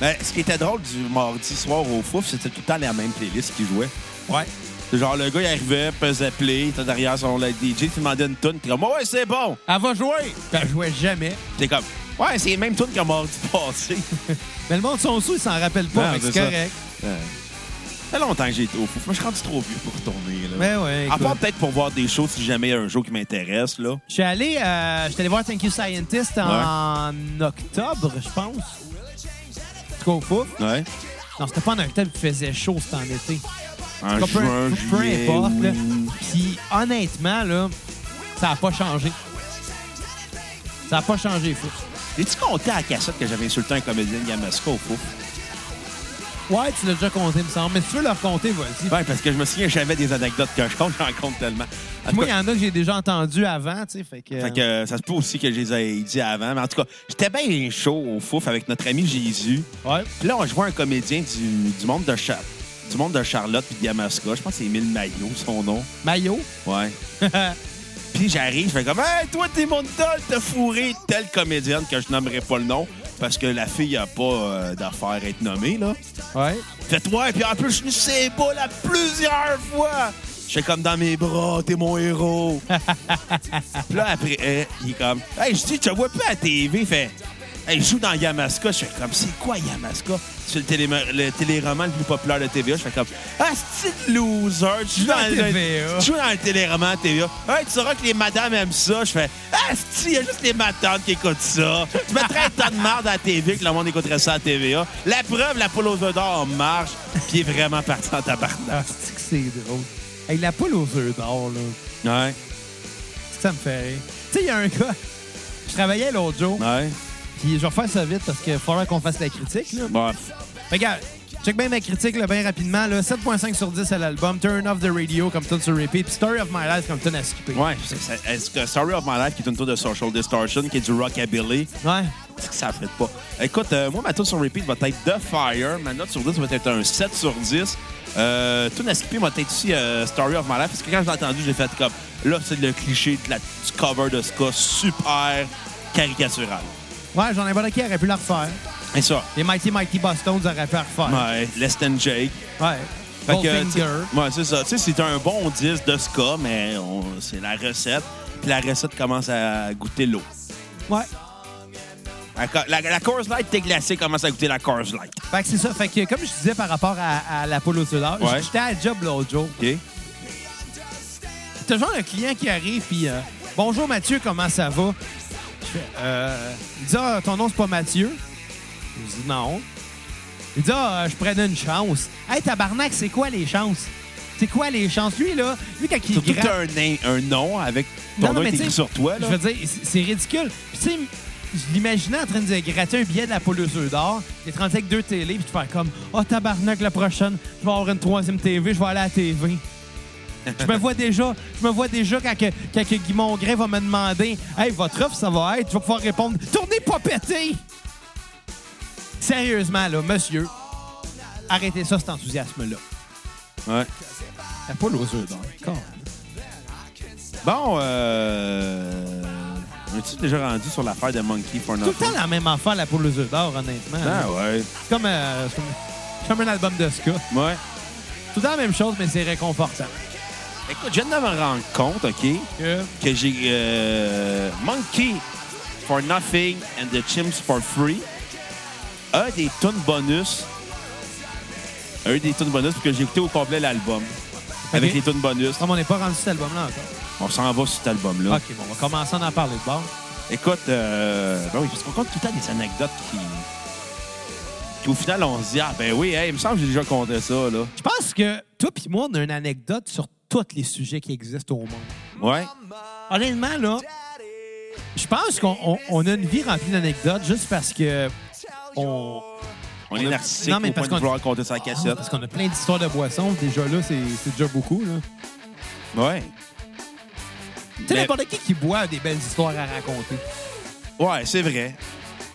[SPEAKER 3] Ben, ce qui était drôle du mardi soir au Fouf, c'était tout le temps la même playlist qui jouait.
[SPEAKER 1] Ouais.
[SPEAKER 3] C'est Genre, le gars, il arrivait, pesait play, il était derrière son live DJ, tu demandais une toune, t'es comme, ouais, c'est bon.
[SPEAKER 1] Elle va jouer! Puis Elle jouait jamais.
[SPEAKER 3] T'es comme, ouais, c'est les mêmes tounes qu'à mardi passé.
[SPEAKER 1] Mais le monde sont sous, ils s'en rappellent
[SPEAKER 3] Non,
[SPEAKER 1] pas, fait que c'est
[SPEAKER 3] c'est ça.
[SPEAKER 1] correct.
[SPEAKER 3] Euh, Ça fait longtemps que j'ai été au Fouf. Moi, je suis rendu trop vieux pour tourner, là.
[SPEAKER 1] Mais Ben ouais,
[SPEAKER 3] à
[SPEAKER 1] écoute.
[SPEAKER 3] part peut-être pour voir des shows si jamais il y a un show qui m'intéresse, là.
[SPEAKER 1] Je suis allé, euh, j'étais allé voir Thank You Scientist en octobre, je pense. En tout cas, au fouf.
[SPEAKER 3] Ouais.
[SPEAKER 1] Non, c'était pas en octobre qu'il faisait chaud, c'était en été.
[SPEAKER 3] En
[SPEAKER 1] Peu-
[SPEAKER 3] juin,
[SPEAKER 1] peu, peu
[SPEAKER 3] juillet,
[SPEAKER 1] importe. là.
[SPEAKER 3] août.
[SPEAKER 1] Puis honnêtement, là, ça n'a pas changé. Ça n'a pas changé, fou.
[SPEAKER 3] J'ai-tu compté à la cassette que j'avais insulté un comédien de Yamaska au Fouf?
[SPEAKER 1] Ouais, tu l'as déjà compté, il me semble. Mais si tu veux le raconter, vas-y.
[SPEAKER 3] Ouais, parce que je me souviens jamais des anecdotes que je compte, j'en compte tellement. En tout
[SPEAKER 1] Moi,
[SPEAKER 3] cas,
[SPEAKER 1] il y en a que j'ai déjà entendu avant, tu sais, fait que...
[SPEAKER 3] Fait que euh, ça se peut aussi que je les ai dit avant. Mais en tout cas, j'étais bien chaud au fouf avec notre ami Jésus.
[SPEAKER 1] Ouais.
[SPEAKER 3] Puis là, on jouait un comédien du, du monde de Char- du monde de Charlotte puis de Yamaska. Je pense que c'est Émile Maillot, son nom.
[SPEAKER 1] Maillot.
[SPEAKER 3] Ouais. puis j'arrive, je fais comme Hey, toi, t'es mon idole, t'as fourré telle comédienne que je nommerai pas le nom parce que la fille a pas euh, d'affaire à être nommée, là.
[SPEAKER 1] Ouais.
[SPEAKER 3] Fait ouais, puis en plus, je suis venu sur ses boules à plusieurs fois. J'étais comme dans mes bras, t'es mon héros. puis là, après, euh, il est comme, hey, je dis, tu te vois plus à la TV. Il Fait, hey, je joue dans Yamaska. Je fais comme, c'est quoi Yamaska? C'est le, télé le téléroman le plus populaire de TVA. Je fais comme, ah, c'est loser. Tu joues
[SPEAKER 1] Dans
[SPEAKER 3] dans, le-
[SPEAKER 1] TVA.
[SPEAKER 3] tu joues dans le téléroman TVA. Hey, tu sauras que les madames aiment ça. Je fais, ah, c'est il y a juste les matantes qui écoutent ça. Tu mettrais un tas de marde à la TV que le monde écouterait ça à TVA. La preuve, la poule aux œufs d'or marche, puis il est vraiment parti en tabarnak.
[SPEAKER 1] Ah, c'est que c'est drôle. Avec la poule aux œufs d'or, là.
[SPEAKER 3] Ouais,
[SPEAKER 1] C'est que Ça me fait rire. Tu sais, il y a un gars. Je travaillais l'autre jour.
[SPEAKER 3] ouais.
[SPEAKER 1] Puis je vais refaire ça vite parce qu'il faudra qu'on fasse la critique. Là.
[SPEAKER 3] Bon,
[SPEAKER 1] Regarde, check bien ma critique là, bien rapidement. Là. 7.5 sur 10 à l'album. Turn off the radio comme tune sur repeat. Puis Story of my life comme tune à skipper.
[SPEAKER 3] ouais. c'est- c'est- Est-ce que Sorry of My Life, qui est une tour de Social Distortion, qui est du rockabilly,
[SPEAKER 1] Ouais.
[SPEAKER 3] est-ce que ça fait pas? Écoute, euh, moi, ma tune sur repeat va être The Fire. Ma note sur 10 va être un 7 sur 10. Euh, tune à skipper va être aussi euh, Story of My Life, parce que quand je l'ai entendu, j'ai fait comme... Là, c'est le cliché de la, du cover de Ska super caricatural.
[SPEAKER 1] Ouais, j'en ai pas qui aurait pu la refaire.
[SPEAKER 3] Et ça,
[SPEAKER 1] Les Mighty Mighty Boston auraient pu la refaire.
[SPEAKER 3] ouais, Less Than Jake.
[SPEAKER 1] Ouais.
[SPEAKER 3] Fait que, tu sais,
[SPEAKER 1] Goldfinger.
[SPEAKER 3] ouais, c'est ça. Tu sais, c'est un bon disque de ska, mais on- c'est la recette. Puis la recette commence à goûter l'eau.
[SPEAKER 1] Ouais.
[SPEAKER 3] La, la, la Coors Light, t'es glacé, commence à goûter la Coors Light.
[SPEAKER 1] Fait que c'est ça. Fait que comme je disais par rapport à, à la poule aux œufs d'or,
[SPEAKER 3] Ouais.
[SPEAKER 1] j'étais à la job l'autre jour.
[SPEAKER 3] OK?
[SPEAKER 1] T'as genre un client qui arrive, puis euh, Bonjour Mathieu, comment ça va? Je fais, euh, il dit, ah, ton nom, c'est pas Mathieu? Je dis, non. Il dit, ah, euh, je prenais une chance. Hey, tabarnak, c'est quoi les chances? C'est quoi les chances? Lui, là, lui, quand il
[SPEAKER 3] Surtout que
[SPEAKER 1] gratte-
[SPEAKER 3] t'as un, nain- un nom avec ton nom qui est
[SPEAKER 1] tu sais,
[SPEAKER 3] écrit sur toi. Là.
[SPEAKER 1] Je veux dire, c'est- c'est ridicule. Puis, tu sais, je l'imaginais en train de gratter un billet de la poule aux œufs d'or, d'être rendu avec deux télés, puis de faire comme Oh, tabarnak, la prochaine, je vais avoir une troisième TV, je vais aller à la TV. Je me vois déjà, je me vois déjà quand, que, quand que Guy Mongrain va me demander Hey, votre offre, ça va être, je vais pouvoir répondre Tournez pas pété! Sérieusement, là, monsieur, arrêtez ça, cet enthousiasme-là.
[SPEAKER 3] Ouais.
[SPEAKER 1] La poule aux œufs d'or. Calme.
[SPEAKER 3] Bon, euh... Es-tu déjà rendu sur l'affaire de Monkey for
[SPEAKER 1] Tout
[SPEAKER 3] Nothing?
[SPEAKER 1] le temps la même affaire, la poule aux œufs d'or, honnêtement.
[SPEAKER 3] Ah ouais.
[SPEAKER 1] C'est comme, euh, c'est comme- c'est comme un album de ska.
[SPEAKER 3] Ouais.
[SPEAKER 1] Tout le temps la même chose, mais c'est réconfortant.
[SPEAKER 3] Écoute, je viens de me rendre compte, OK,
[SPEAKER 1] Que-
[SPEAKER 3] que j'ai euh, Monkey for Nothing and the Chimps for Free a des tunes bonus. A eu des tunes bonus parce que j'ai écouté au complet l'album.
[SPEAKER 1] Ok.
[SPEAKER 3] Avec les tunes bonus.
[SPEAKER 1] Comme on n'est pas rendu sur cet album-là encore.
[SPEAKER 3] On s'en va sur cet album-là.
[SPEAKER 1] OK, bon, on va commencer à en parler de bord.
[SPEAKER 3] Écoute, euh, ben oui, parce qu'on compte tout le temps des anecdotes qui. qui au final, on se dit, ah ben oui, hey, il me semble que j'ai déjà compté ça, là.
[SPEAKER 1] Je pense que toi et moi, on a une anecdote sur tous les sujets qui existent au monde.
[SPEAKER 3] Ouais.
[SPEAKER 1] Honnêtement, là, je pense qu'on on- on a une vie remplie d'anecdotes juste parce que on,
[SPEAKER 3] On est narcissique
[SPEAKER 1] Non, mais
[SPEAKER 3] au
[SPEAKER 1] parce
[SPEAKER 3] point de
[SPEAKER 1] qu'on- Ah,
[SPEAKER 3] vouloir compter sa cassette.
[SPEAKER 1] parce qu'on a plein d'histoires de boissons. Déjà là, c'est c'est déjà beaucoup. là.
[SPEAKER 3] Ouais.
[SPEAKER 1] Tu sais,
[SPEAKER 3] Mais-
[SPEAKER 1] n'importe qui qui boit a des belles histoires à raconter.
[SPEAKER 3] Ouais, c'est vrai.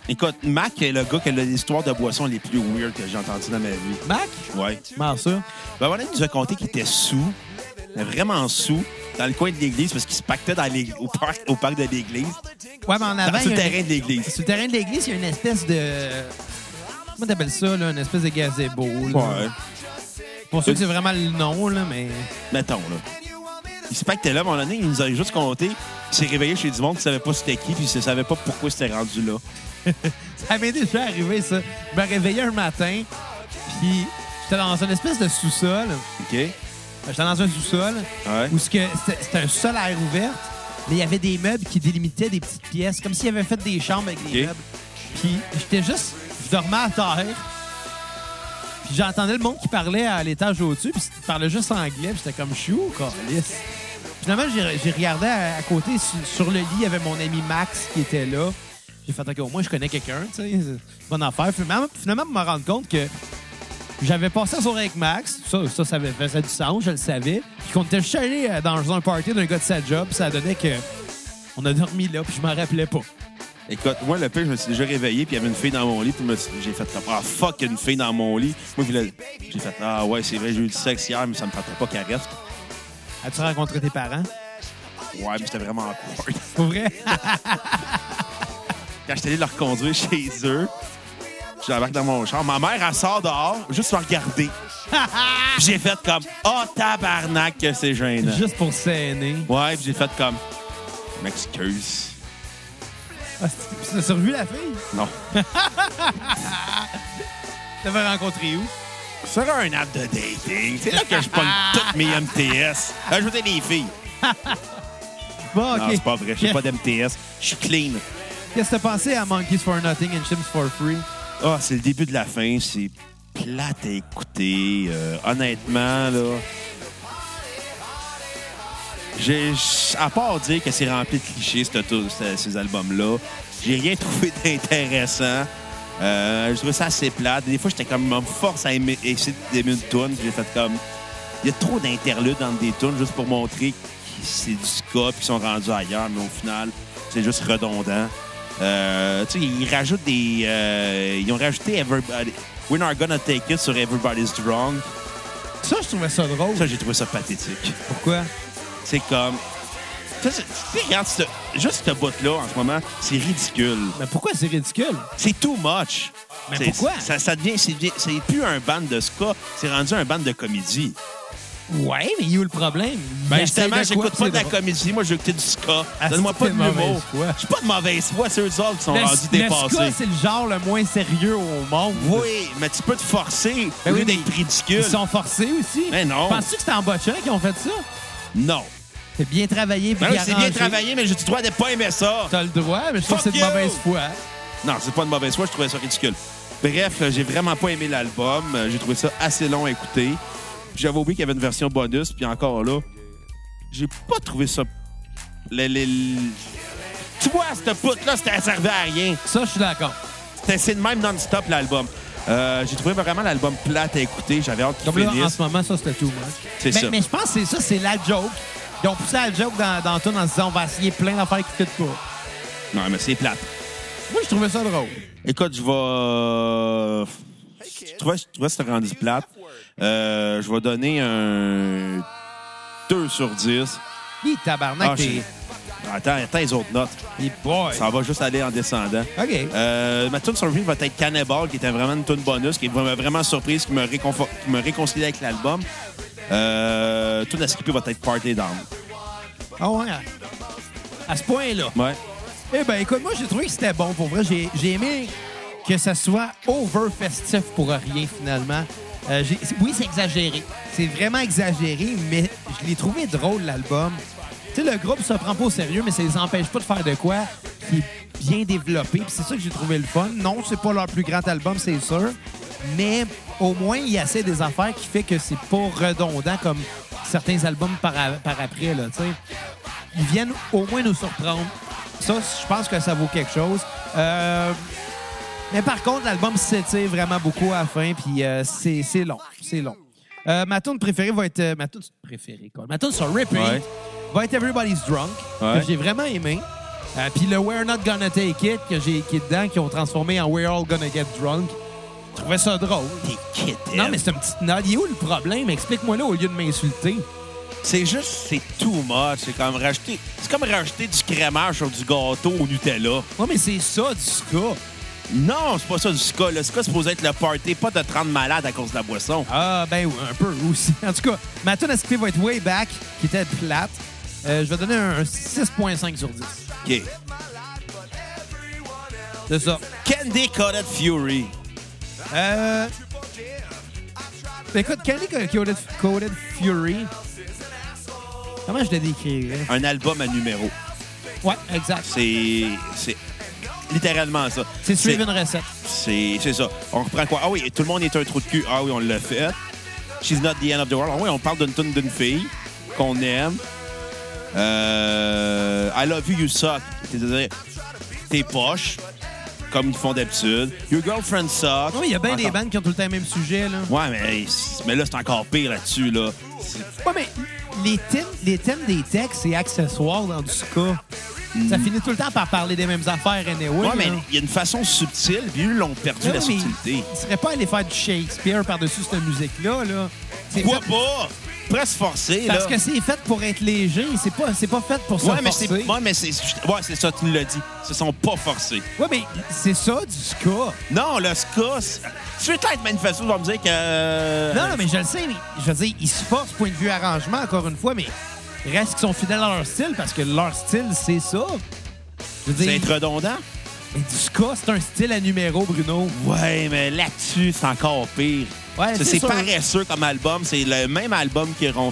[SPEAKER 3] Écoute, Mac est le gars qui a les histoires de boissons les plus weird que j'ai entendues dans ma vie.
[SPEAKER 1] Mac,
[SPEAKER 3] Ouais.
[SPEAKER 1] comment ça?
[SPEAKER 3] Ben, voilà, il nous a conté qu'il était sous, mais vraiment sous, dans le coin de l'église parce qu'il se pactait dans l'ég- au, parc, au parc de l'église.
[SPEAKER 1] Ouais, mais en avant,
[SPEAKER 3] Dans
[SPEAKER 1] il
[SPEAKER 3] le
[SPEAKER 1] y a
[SPEAKER 3] terrain de l'église.
[SPEAKER 1] Sur le terrain de l'église, il y a une espèce de. Comment t'appelles ça, là? Une espèce de gazebo. là. Pour ceux que c'est vraiment le nom, là, mais.
[SPEAKER 3] Mettons, là. Il se pactait là, à un moment donné, il nous a juste conté qu'il s'est réveillé chez du monde, il savait pas c'était qui, puis il savait pas pourquoi c'était rendu là.
[SPEAKER 1] Ça m'est déjà arrivé, ça. Je me réveillais un matin, puis j'étais dans une espèce de sous-sol.
[SPEAKER 3] OK? Ouais.
[SPEAKER 1] J'étais dans un sous-sol où ce que c'était c'était un sous-sol à air ouverte, mais il y avait des meubles qui délimitaient des petites pièces, comme s'il y avait fait des chambres avec des
[SPEAKER 3] Ok.
[SPEAKER 1] meubles. Puis j'étais juste. Je dormais à terre. Puis j'entendais le monde qui parlait à l'étage au-dessus, puis il parlait juste anglais, puis j'étais comme chou, calice. Finalement, j'ai j'ai regardé à, à côté, sur, sur le lit, il y avait mon ami Max qui était là. J'ai fait, OK, au moins, je connais quelqu'un, tu sais, c'est bonne affaire. Finalement, finalement, je me rendre compte que j'avais passé la soirée avec Max, ça, ça, ça avait- faisait du sens, je le savais. Puis qu'on était juste allé euh, dans un party d'un gars de sa job, puis ça donnait que on a dormi là, puis je m'en rappelais pas.
[SPEAKER 3] Écoute, moi, le pire, je me suis déjà réveillé, puis il y avait une fille dans mon lit, puis je me suis- j'ai fait comme, Ah, fuck, il y a une fille dans mon lit. Moi, je voulais- j'ai fait Ah, ouais, c'est vrai, j'ai eu du sexe hier, mais ça me tentait pas qu'elle reste.
[SPEAKER 1] As-tu rencontré tes parents?
[SPEAKER 3] Ouais, mais c'était vraiment awkward.
[SPEAKER 1] Pour vrai?
[SPEAKER 3] Quand j'étais allé leur conduire chez eux, j'embarque dans mon char. Ma mère, elle sort dehors, juste pour regarder. Puis j'ai fait comme Ah, tabarnak, que c'est gênant.
[SPEAKER 1] Juste pour s'aîner.
[SPEAKER 3] Ouais, puis j'ai fait comme M'excuse.
[SPEAKER 1] Ah, c'est- puis T'as survu la fille?
[SPEAKER 3] Non.
[SPEAKER 1] T'avais rencontré où?
[SPEAKER 3] Sur un app de dating, c'est là que je pogne toutes mes MTS. Ajouter des filles.
[SPEAKER 1] Bon, OK.
[SPEAKER 3] Non, c'est pas vrai. J'ai pas d'MTS. Je suis clean.
[SPEAKER 1] Qu'est-ce que t'as pensé à Monkeys for Nothing and Chimps for Free?
[SPEAKER 3] Ah, c'est le début de la fin. C'est plate à écouter. Euh, honnêtement, là, j'ai- j- à part dire que c'est rempli de clichés, ce tour- ce- ces albums-là, j'ai rien trouvé d'intéressant. Euh, je trouvais ça assez plate. Des fois, j'étais comme, me force à aimer- essayer d'aimer une toune. puis J'ai fait comme, il y a trop d'interludes dans des tunes juste pour montrer que c'est du ska puis qu'ils sont rendus ailleurs, mais au final, c'est juste redondant. Euh, tu sais, ils rajoutent des. euh, ils ont rajouté Everybody. We're not gonna take it sur Everybody's Wrong.
[SPEAKER 1] Ça, je trouvais ça drôle.
[SPEAKER 3] Ça, j'ai trouvé ça pathétique.
[SPEAKER 1] Pourquoi?
[SPEAKER 3] C'est comme. Ça, c'est- tu sais, regarde, ce- juste ce bout-là, en ce moment, c'est ridicule.
[SPEAKER 1] Mais Ben, pourquoi c'est ridicule?
[SPEAKER 3] C'est too much.
[SPEAKER 1] Mais
[SPEAKER 3] C'est-
[SPEAKER 1] pourquoi?
[SPEAKER 3] Ça, ça devient. C'est devient- c'est plus un band de ska, c'est rendu un band de comédie.
[SPEAKER 1] Ouais, mais il est où le problème? Il
[SPEAKER 3] Ben
[SPEAKER 1] essaie
[SPEAKER 3] justement,
[SPEAKER 1] de quoi,
[SPEAKER 3] j'écoute
[SPEAKER 1] puis
[SPEAKER 3] pas
[SPEAKER 1] c'est
[SPEAKER 3] de la
[SPEAKER 1] drôle.
[SPEAKER 3] comédie, moi, j'ai écouté du ska.
[SPEAKER 1] Ah,
[SPEAKER 3] Donne-moi
[SPEAKER 1] c'est
[SPEAKER 3] pas de
[SPEAKER 1] une mauvaise
[SPEAKER 3] l'humour.
[SPEAKER 1] foi.
[SPEAKER 3] Je suis pas de mauvaise foi, c'est eux autres qui sont
[SPEAKER 1] Le-
[SPEAKER 3] rendus
[SPEAKER 1] Ben, le ska,
[SPEAKER 3] dépassés.
[SPEAKER 1] c'est le genre le moins sérieux au monde.
[SPEAKER 3] Oui, mais tu peux te forcer
[SPEAKER 1] Ben
[SPEAKER 3] au
[SPEAKER 1] oui,
[SPEAKER 3] lieu
[SPEAKER 1] mais
[SPEAKER 3] d'être ridicule.
[SPEAKER 1] Ils sont forcés aussi.
[SPEAKER 3] Mais non.
[SPEAKER 1] Penses-tu que c'est en botchant qui ont fait ça?
[SPEAKER 3] Non.
[SPEAKER 1] C'est bien travaillé, bien
[SPEAKER 3] Ben oui, c'est bien
[SPEAKER 1] arrangé.
[SPEAKER 3] travaillé, mais j'ai du droit de pas aimer ça.
[SPEAKER 1] T'as le droit, mais je trouve que c'est
[SPEAKER 3] Fuck
[SPEAKER 1] de
[SPEAKER 3] you!
[SPEAKER 1] mauvaise foi.
[SPEAKER 3] Non, c'est pas de mauvaise foi, je trouvais ça ridicule. Bref, euh, j'ai vraiment pas aimé l'album. Euh, J'ai trouvé ça assez long à écouter. Puis J'avais oublié qu'il y avait une version bonus, puis encore là, j'ai pas trouvé ça. le- le- le- Tu vois, cette poutre-là, ça servait à rien.
[SPEAKER 1] Ça, je suis d'accord.
[SPEAKER 3] C'était- C'est le même non-stop, l'album. Euh, j'ai trouvé vraiment l'album plate à écouter. J'avais hâte qu'il
[SPEAKER 1] Comme là, en
[SPEAKER 3] finisse.
[SPEAKER 1] ce moment, ça, c'était tout. much.
[SPEAKER 3] C'est
[SPEAKER 1] mais,
[SPEAKER 3] ça.
[SPEAKER 1] Mais je pense que c'est ça, c'est la joke. Ils ont poussé la joke dans, dans tout en se disant on va essayer plein d'affaires qui ne pas. Moi,
[SPEAKER 3] Non, mais c'est plate.
[SPEAKER 1] je trouvais ça drôle.
[SPEAKER 3] Écoute, je vais. Je trouvais, je trouvais que c'était rendu plate. Euh, je vais donner un 2 sur 10.
[SPEAKER 1] Hi, tabarnak,
[SPEAKER 3] Ah,
[SPEAKER 1] t'es.
[SPEAKER 3] je- Attends, attends les autres notes.
[SPEAKER 1] Hi, boy.
[SPEAKER 3] Ça va juste aller en descendant.
[SPEAKER 1] OK.
[SPEAKER 3] Euh, ma tune sur review va être Cannibal, qui était vraiment une tune bonus, qui m'a vraiment surprise, qui m'a réconfo- qui m'a réconcilié avec l'album. Euh, tune à skipper va être Party Down.
[SPEAKER 1] Ah ouais. À ce point-là.
[SPEAKER 3] Ouais.
[SPEAKER 1] Eh ben écoute, moi, j'ai trouvé que c'était bon. Pour vrai, j'ai j'ai aimé que ça soit over festif pour rien, finalement. Euh, j'ai- oui, c'est exagéré. C'est vraiment exagéré, mais je l'ai trouvé drôle, l'album. Tu sais, le groupe se prend pas au sérieux, mais ça les empêche pas de faire de quoi qui est bien développé. Puis c'est ça que j'ai trouvé le fun. Non, c'est pas leur plus grand album, c'est sûr. Mais au moins, il y a assez des affaires qui fait que c'est pas redondant comme certains albums par, a- par après, là, tu sais ils viennent au moins nous surprendre. Ça, je pense que ça vaut quelque chose. Euh, mais par contre, l'album s'étire vraiment beaucoup à la fin, puis euh, c'est c'est long. C'est long. Euh, ma tune préférée va être... euh, ma tune préférée, quoi. Ma tune sur repeat
[SPEAKER 3] Ouais.
[SPEAKER 1] va être Everybody's Drunk,
[SPEAKER 3] Ouais.
[SPEAKER 1] que j'ai vraiment aimé. Euh, puis le We're Not Gonna Take It, que j'ai, qui est dedans, qui ont transformé en We're All Gonna Get Drunk. Je trouvais ça drôle.
[SPEAKER 3] T'es kitten.
[SPEAKER 1] Non, mais c'est une petite nod. Il est où le problème? Explique-moi là au lieu de m'insulter.
[SPEAKER 3] c'est juste, c'est too much. C'est comme rajouter, c'est comme rajouter du crémage sur du gâteau au Nutella.
[SPEAKER 1] Non, mais c'est ça du ska.
[SPEAKER 3] Non, c'est pas ça du ska. Le ska, c'est supposé être le party, pas de te rendre malade à cause de la boisson.
[SPEAKER 1] Ah, ben oui, un peu aussi. En tout cas, ma tune à skipper va être Way Back, qui était plate. Euh, je vais donner un 6.5 sur 10.
[SPEAKER 3] OK.
[SPEAKER 1] C'est ça.
[SPEAKER 3] Candy Cotted Fury.
[SPEAKER 1] Euh... Ben, Écoute, Kelly Coded, Coded Fury... Comment je le décrirais?
[SPEAKER 3] Un album à numéro.
[SPEAKER 1] Ouais, exact.
[SPEAKER 3] C'est. C'est littéralement ça.
[SPEAKER 1] C'est suivre une recette.
[SPEAKER 3] C'est c'est ça. On reprend quoi? Ah oui, tout le monde est un trou de cul. Ah oui, on l'a fait. She's not the end of the world. Ah oui, on parle d'une tune d'une fille qu'on aime. Euh, I love you, you suck. C'est-à-dire, t'es poche, comme ils font d'habitude. Your girlfriend suck.
[SPEAKER 1] Ah Oui, il y a bien des
[SPEAKER 3] Encore.
[SPEAKER 1] bandes qui ont tout le temps le même sujet, là.
[SPEAKER 3] Ouais, mais, mais là, c'est encore pire là-dessus. Là. C'est-
[SPEAKER 1] Ouais, mais les thèmes, les thèmes des textes, c'est accessoire dans du cas. Ça finit tout le temps par parler des mêmes affaires, anyway.
[SPEAKER 3] Ouais,
[SPEAKER 1] là.
[SPEAKER 3] mais il y a une façon subtile, puis eux l'ont perdu
[SPEAKER 1] Mais
[SPEAKER 3] la
[SPEAKER 1] oui, mais
[SPEAKER 3] subtilité.
[SPEAKER 1] Il serait pas allé faire du Shakespeare par-dessus cette musique-là. Là. C'est
[SPEAKER 3] Pourquoi
[SPEAKER 1] fait-
[SPEAKER 3] pas? Presque forcé, là.
[SPEAKER 1] Parce que c'est fait pour être léger. C'est pas, c'est pas fait pour se
[SPEAKER 3] Ouais, mais
[SPEAKER 1] forcer.
[SPEAKER 3] c'est ouais, mais c'est ouais, c'est ça, tu l'as dit. Ils se sont pas forcés.
[SPEAKER 1] Ouais, mais c'est ça du ska. Non,
[SPEAKER 3] Non, le ska, c'est- tu veux peut-être manifester, tu vas me dire que... euh,
[SPEAKER 1] non, mais je le sais. Mais, je veux dire, ils se forcent point de vue arrangement, encore une fois, mais reste qu'ils sont fidèles à leur style parce que leur style, c'est ça. Je veux
[SPEAKER 3] C'est
[SPEAKER 1] dire,
[SPEAKER 3] être redondant?
[SPEAKER 1] mais du ska, c'est un style à numéro, Bruno.
[SPEAKER 3] Ouais, mais là-dessus, c'est encore pire.
[SPEAKER 1] Ouais,
[SPEAKER 3] Ça,
[SPEAKER 1] c'est
[SPEAKER 3] c'est
[SPEAKER 1] sûr.
[SPEAKER 3] paresseux comme album. C'est le même album qu'ils ont...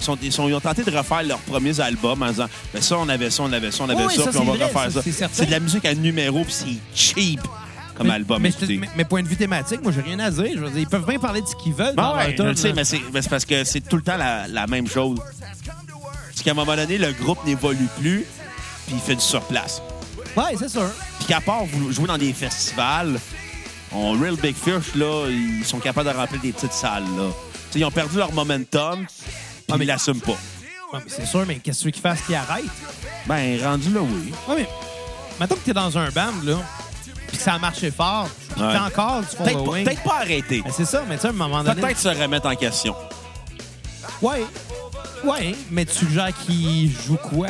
[SPEAKER 3] Ils, sont, ils sont- ils ont tenté de refaire leurs premiers albums en disant ben ça, on avait ça, on avait ça, on avait
[SPEAKER 1] Oui,
[SPEAKER 3] ça,
[SPEAKER 1] ça,
[SPEAKER 3] puis on
[SPEAKER 1] c'est
[SPEAKER 3] va
[SPEAKER 1] vrai,
[SPEAKER 3] refaire
[SPEAKER 1] ça,
[SPEAKER 3] ça.
[SPEAKER 1] c'est certain.
[SPEAKER 3] de la musique à numéro, puis c'est cheap comme
[SPEAKER 1] Mais-
[SPEAKER 3] album.
[SPEAKER 1] Mais, je te-
[SPEAKER 3] écoutez.
[SPEAKER 1] mais, mais point de vue thématique, moi, j'ai rien à dire. Je veux dire, ils peuvent bien parler de ce qu'ils veulent.
[SPEAKER 3] Ben
[SPEAKER 1] dans leur
[SPEAKER 3] ouais, je
[SPEAKER 1] tune,
[SPEAKER 3] le sais,
[SPEAKER 1] là.
[SPEAKER 3] mais c'est mais c'est parce que c'est tout le temps la, la même chose. C'est qu'à un moment donné, le groupe n'évolue plus, puis il fait du surplace.
[SPEAKER 1] Ouais, c'est sûr.
[SPEAKER 3] Puis qu'à part vous jouer dans des festivals, on Real Big Fish, là, ils sont capables de remplir des petites salles. Là. Tu sais, ils ont perdu leur momentum, puis
[SPEAKER 1] Ah,
[SPEAKER 3] ils l'assument pas.
[SPEAKER 1] Ouais, mais c'est sûr, mais qu'est-ce que tu veux qu'ils fassent qu'ils arrêtent?
[SPEAKER 3] Ben, rendu là, oui.
[SPEAKER 1] Ouais, mais Ah mettons que t'es dans un band, là, puis que ça a marché fort, puis que
[SPEAKER 3] Ouais.
[SPEAKER 1] t'es encore du
[SPEAKER 3] Peut-être pas,
[SPEAKER 1] following.
[SPEAKER 3] peut-être pas arrêter.
[SPEAKER 1] Ben, c'est ça, mais tu sais, Oh, à un moment donné...
[SPEAKER 3] Peut-être se remettre en question.
[SPEAKER 1] Ouais. Ouais, mais tu suggères qu'ils jouent quoi?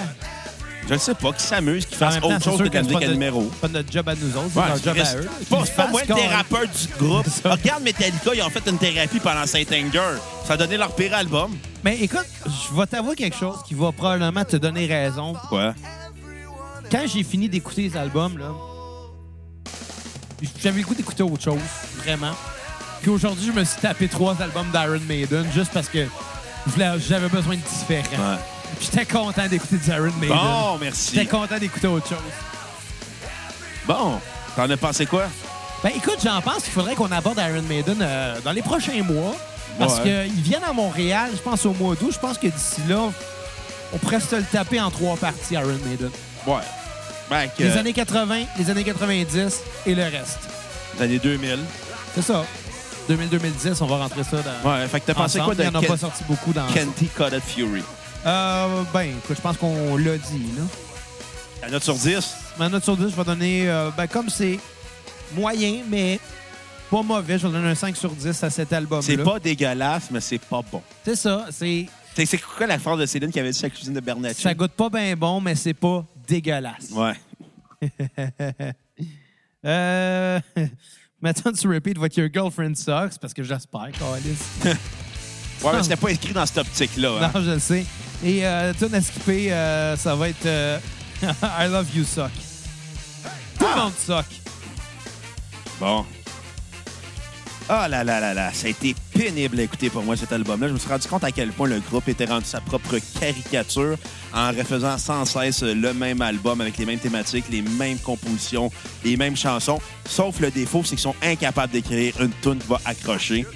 [SPEAKER 3] Je ne sais pas, qu'ils s'amusent, qu'ils
[SPEAKER 1] En
[SPEAKER 3] fassent
[SPEAKER 1] même temps,
[SPEAKER 3] autre
[SPEAKER 1] c'est
[SPEAKER 3] chose
[SPEAKER 1] sûr
[SPEAKER 3] que de la
[SPEAKER 1] c'est pas
[SPEAKER 3] musique à
[SPEAKER 1] notre-
[SPEAKER 3] numéro.
[SPEAKER 1] c'est pas notre job à nous autres,
[SPEAKER 3] Ouais,
[SPEAKER 1] c'est leur job
[SPEAKER 3] Chris,
[SPEAKER 1] à eux.
[SPEAKER 3] c'est pas, c'est pas moi le thérapeute du groupe.
[SPEAKER 1] C'est ça.
[SPEAKER 3] Regarde Metallica, ils ont fait une thérapie pendant Saint Anger. Ça a donné leur pire album.
[SPEAKER 1] Mais écoute, je vais t'avouer quelque chose qui va probablement te donner raison.
[SPEAKER 3] Quoi?
[SPEAKER 1] Quand j'ai fini d'écouter les albums, là, j'avais le goût d'écouter autre chose, vraiment. Puis aujourd'hui, je me suis tapé trois albums d'Iron Maiden juste parce que je voulais- j'avais besoin de différent.
[SPEAKER 3] Ouais.
[SPEAKER 1] J'étais content d'écouter du Iron Maiden.
[SPEAKER 3] Bon, merci.
[SPEAKER 1] J'étais content d'écouter autre chose.
[SPEAKER 3] Bon, t'en as pensé quoi?
[SPEAKER 1] Ben écoute, j'en pense qu'il faudrait qu'on aborde Iron Maiden euh, dans les prochains mois. Parce
[SPEAKER 3] Ouais.
[SPEAKER 1] qu'ils viennent à Montréal, je pense au mois d'août. Je pense que d'ici là, on pourrait se le taper en trois parties, Iron Maiden.
[SPEAKER 3] Ouais. Ben, que-
[SPEAKER 1] Les années 80, les années 90 et le reste.
[SPEAKER 3] les années 2000.
[SPEAKER 1] C'est ça. 2000-2010, on va rentrer ça dans.
[SPEAKER 3] Ouais, fait que t'as pensé quoi
[SPEAKER 1] ensemble.
[SPEAKER 3] de
[SPEAKER 1] Il n'y en a
[SPEAKER 3] Ken-
[SPEAKER 1] pas sorti beaucoup dans.
[SPEAKER 3] Kenty Cotted Fury?
[SPEAKER 1] Euh, ben, écoute, je pense qu'on l'a dit, là.
[SPEAKER 3] La note sur 10?
[SPEAKER 1] Ma note sur 10, je vais donner, euh, ben, comme c'est moyen, mais pas mauvais, je vais donner un 5 sur 10 à cet album-là.
[SPEAKER 3] C'est pas dégueulasse, mais c'est pas bon.
[SPEAKER 1] C'est ça. C'est.
[SPEAKER 3] C'est c'est quoi la phrase de Céline qui avait dit sa cuisine de Bernatchez?
[SPEAKER 1] Ça goûte pas bien bon, mais c'est pas dégueulasse.
[SPEAKER 3] Ouais.
[SPEAKER 1] Euh... Maintenant, tu repeat what your girlfriend sucks, parce que j'espère, Alice.
[SPEAKER 3] Ouais, mais c'était pas écrit dans cette optique-là. hein.
[SPEAKER 1] Ah. Non, je le sais. Et euh, tune à skipper, euh, ça va être euh, I love you suck. Tout le monde suck.
[SPEAKER 3] Bon. Ah là là là là, ça a été pénible à écouter pour moi cet album-là. Je me suis rendu compte à quel point le groupe était rendu sa propre caricature en refaisant sans cesse le même album avec les mêmes thématiques, les mêmes compositions, les mêmes chansons. Sauf le défaut, c'est qu'ils sont incapables d'écrire une tune qui va accrocher.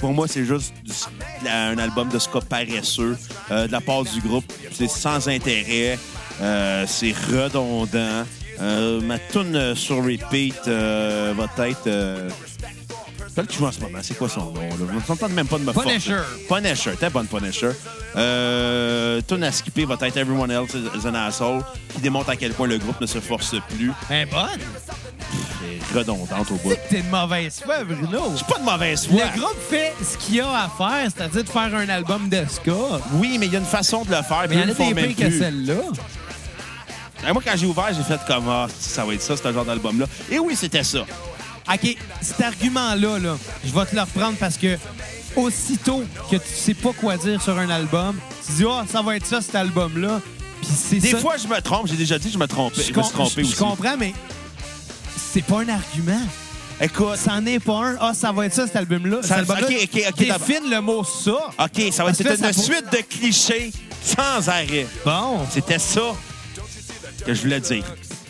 [SPEAKER 3] Pour moi, c'est juste du- de la- un album de ska paresseux euh, de la part du groupe. C'est sans intérêt, euh, c'est redondant. Euh, ma tune euh, sur repeat euh, va être... Euh... Celle qui joue en ce moment, c'est quoi son nom? Là? Je ne m'entends même pas de me
[SPEAKER 1] Punisher.
[SPEAKER 3] forcer. Punisher. T'es bonne Punisher. Euh, tune à skipper va être Everyone Else is an Asshole, qui démontre à quel point le groupe ne se force plus.
[SPEAKER 1] Ben bonne.
[SPEAKER 3] C'est redondante au
[SPEAKER 1] Tu
[SPEAKER 3] bout.
[SPEAKER 1] sais que t'es de mauvaise foi, Bruno.
[SPEAKER 3] C'est pas de mauvaise foi.
[SPEAKER 1] Le groupe fait ce qu'il a à faire, c'est-à-dire de faire un album de ska.
[SPEAKER 3] Oui, mais il y a une façon de le faire.
[SPEAKER 1] Mais il y en
[SPEAKER 3] puis
[SPEAKER 1] a
[SPEAKER 3] eux le font
[SPEAKER 1] des
[SPEAKER 3] même
[SPEAKER 1] pires que
[SPEAKER 3] plus.
[SPEAKER 1] celle-là.
[SPEAKER 3] Et Ben, moi, quand j'ai ouvert, j'ai fait comme Ah, ça va être ça, ce genre d'album-là. Et oui, c'était ça.
[SPEAKER 1] OK, cet argument-là, là, je vais te le reprendre parce que aussitôt que tu sais pas quoi dire sur un album, tu dis « Ah, ça va être ça, cet album-là. » Puis c'est
[SPEAKER 3] Des
[SPEAKER 1] ça-
[SPEAKER 3] fois, je me trompe. J'ai déjà dit, je me trompais. Je, me
[SPEAKER 1] com-
[SPEAKER 3] suis trompé
[SPEAKER 1] je-
[SPEAKER 3] aussi.
[SPEAKER 1] je comprends, mais c'est pas un argument.
[SPEAKER 3] Écoute,
[SPEAKER 1] Ça en est pas un. Ah, ça va être ça, cet album-là.
[SPEAKER 3] Ça-
[SPEAKER 1] Cet album-là.
[SPEAKER 3] ok, ok, ok, d'abord.
[SPEAKER 1] Défine le mot « ça
[SPEAKER 3] OK, ça va
[SPEAKER 1] Parce que
[SPEAKER 3] être
[SPEAKER 1] là,
[SPEAKER 3] une
[SPEAKER 1] ça pour-
[SPEAKER 3] suite de clichés sans arrêt. ».
[SPEAKER 1] Bon,
[SPEAKER 3] C'était ça que je voulais dire.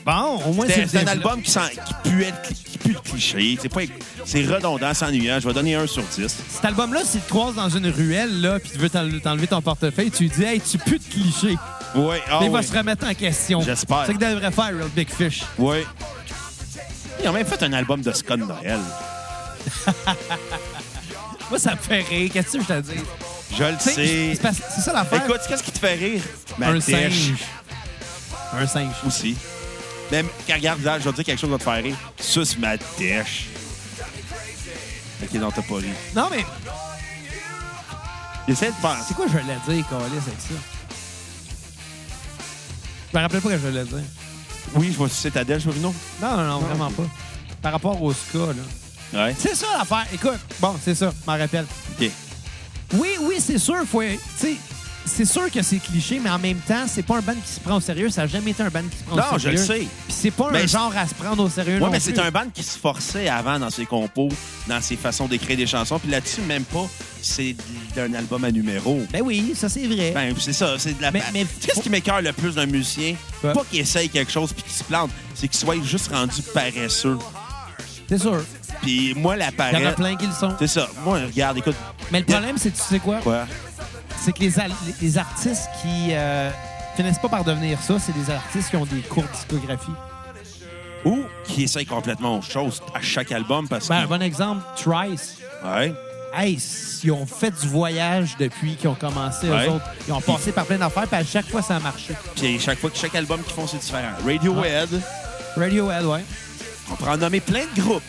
[SPEAKER 1] bon, au moins c'est
[SPEAKER 3] C'était
[SPEAKER 1] le
[SPEAKER 3] c'est un
[SPEAKER 1] développe.
[SPEAKER 3] album qui, sent- qui pue le, cli- qui pue le cliché. C'est, pas, c'est redondant, c'est ennuyant. Je vais donner un sur 10.
[SPEAKER 1] Cet album-là, si tu te croises dans une ruelle, là, puis tu veux t'en- t'enlever ton portefeuille, tu lui dis « Hey, tu pues de clichés.
[SPEAKER 3] Oui, ah
[SPEAKER 1] Il va
[SPEAKER 3] oui.
[SPEAKER 1] se remettre en question.
[SPEAKER 3] J'espère.
[SPEAKER 1] C'est ce que devrait faire Real Big Fish.
[SPEAKER 3] Oui. Ils ont même fait un album de Scott Noël.
[SPEAKER 1] Moi, ça me fait rire. Qu'est-ce que je te dis?
[SPEAKER 3] Je le sais.
[SPEAKER 1] C'est parce- c'est ça l'affaire.
[SPEAKER 3] Écoute, qu'est-ce qui te fait rire? Ma
[SPEAKER 1] un
[SPEAKER 3] dèche.
[SPEAKER 1] singe. Un singe.
[SPEAKER 3] aussi. Même, quand regarde, là, je vais te dire quelque chose qui va te faire rire. Suce ma dèche. Ok, non, t'as pas ri.
[SPEAKER 1] Non, mais
[SPEAKER 3] J'essaie de penser.
[SPEAKER 1] c'est quoi je voulais dire, Calis, avec ça? Je me rappelle pas que je voulais dire.
[SPEAKER 3] Oui, je vais sucer ta dèche, Bruno.
[SPEAKER 1] Non, non, non, vraiment pas. Par rapport au ska, là.
[SPEAKER 3] Ouais.
[SPEAKER 1] C'est ça l'affaire. Écoute, bon, c'est ça, je m'en rappelle.
[SPEAKER 3] Ok.
[SPEAKER 1] Oui, oui, c'est sûr, faut. tu sais, C'est sûr que c'est cliché, mais en même temps, c'est pas un band qui se prend au sérieux. Ça a jamais été un band qui se prend
[SPEAKER 3] Non,
[SPEAKER 1] au
[SPEAKER 3] je
[SPEAKER 1] sérieux.
[SPEAKER 3] le sais.
[SPEAKER 1] Puis c'est pas un
[SPEAKER 3] Mais-
[SPEAKER 1] genre à se prendre au sérieux.
[SPEAKER 3] Ouais,
[SPEAKER 1] non
[SPEAKER 3] mais c'est
[SPEAKER 1] plus.
[SPEAKER 3] un band qui se forçait avant dans ses compos, dans ses façons d'écrire des chansons. Puis là-dessus, même pas, c'est d'un album à numéro.
[SPEAKER 1] Ben oui, ça c'est vrai.
[SPEAKER 3] Ben, c'est ça, c'est de la.
[SPEAKER 1] Mais- mais-
[SPEAKER 3] Qu'est-ce qui m'écœure le plus d'un musicien?
[SPEAKER 1] Ouais.
[SPEAKER 3] Pas qu'il essaye quelque chose puis qu'il se plante, c'est qu'il soit juste rendu paresseux.
[SPEAKER 1] c'est sûr.
[SPEAKER 3] Puis moi, la
[SPEAKER 1] Il y en a
[SPEAKER 3] paresse.
[SPEAKER 1] plein qui le sont.
[SPEAKER 3] C'est ça. Moi, regarde, écoute.
[SPEAKER 1] Mais le problème, c'est, tu sais quoi?
[SPEAKER 3] Quoi?
[SPEAKER 1] c'est que les, al- les artistes qui euh, finissent pas par devenir ça, c'est des artistes qui ont des courtes discographies.
[SPEAKER 3] Ou qui essayent complètement autre chose à chaque album parce que.
[SPEAKER 1] Ben, un bon exemple, Trice.
[SPEAKER 3] Ouais.
[SPEAKER 1] Hey, ils ont fait du voyage depuis qu'ils ont commencé,
[SPEAKER 3] Ouais.
[SPEAKER 1] eux autres. Ils ont passé par plein d'affaires, puis à chaque fois, ça a marché.
[SPEAKER 3] Puis chaque fois que chaque album qu'ils font, c'est différent. Radiohead,
[SPEAKER 1] Ah. Radiohead, ouais.
[SPEAKER 3] on pourrait en nommer plein de groupes.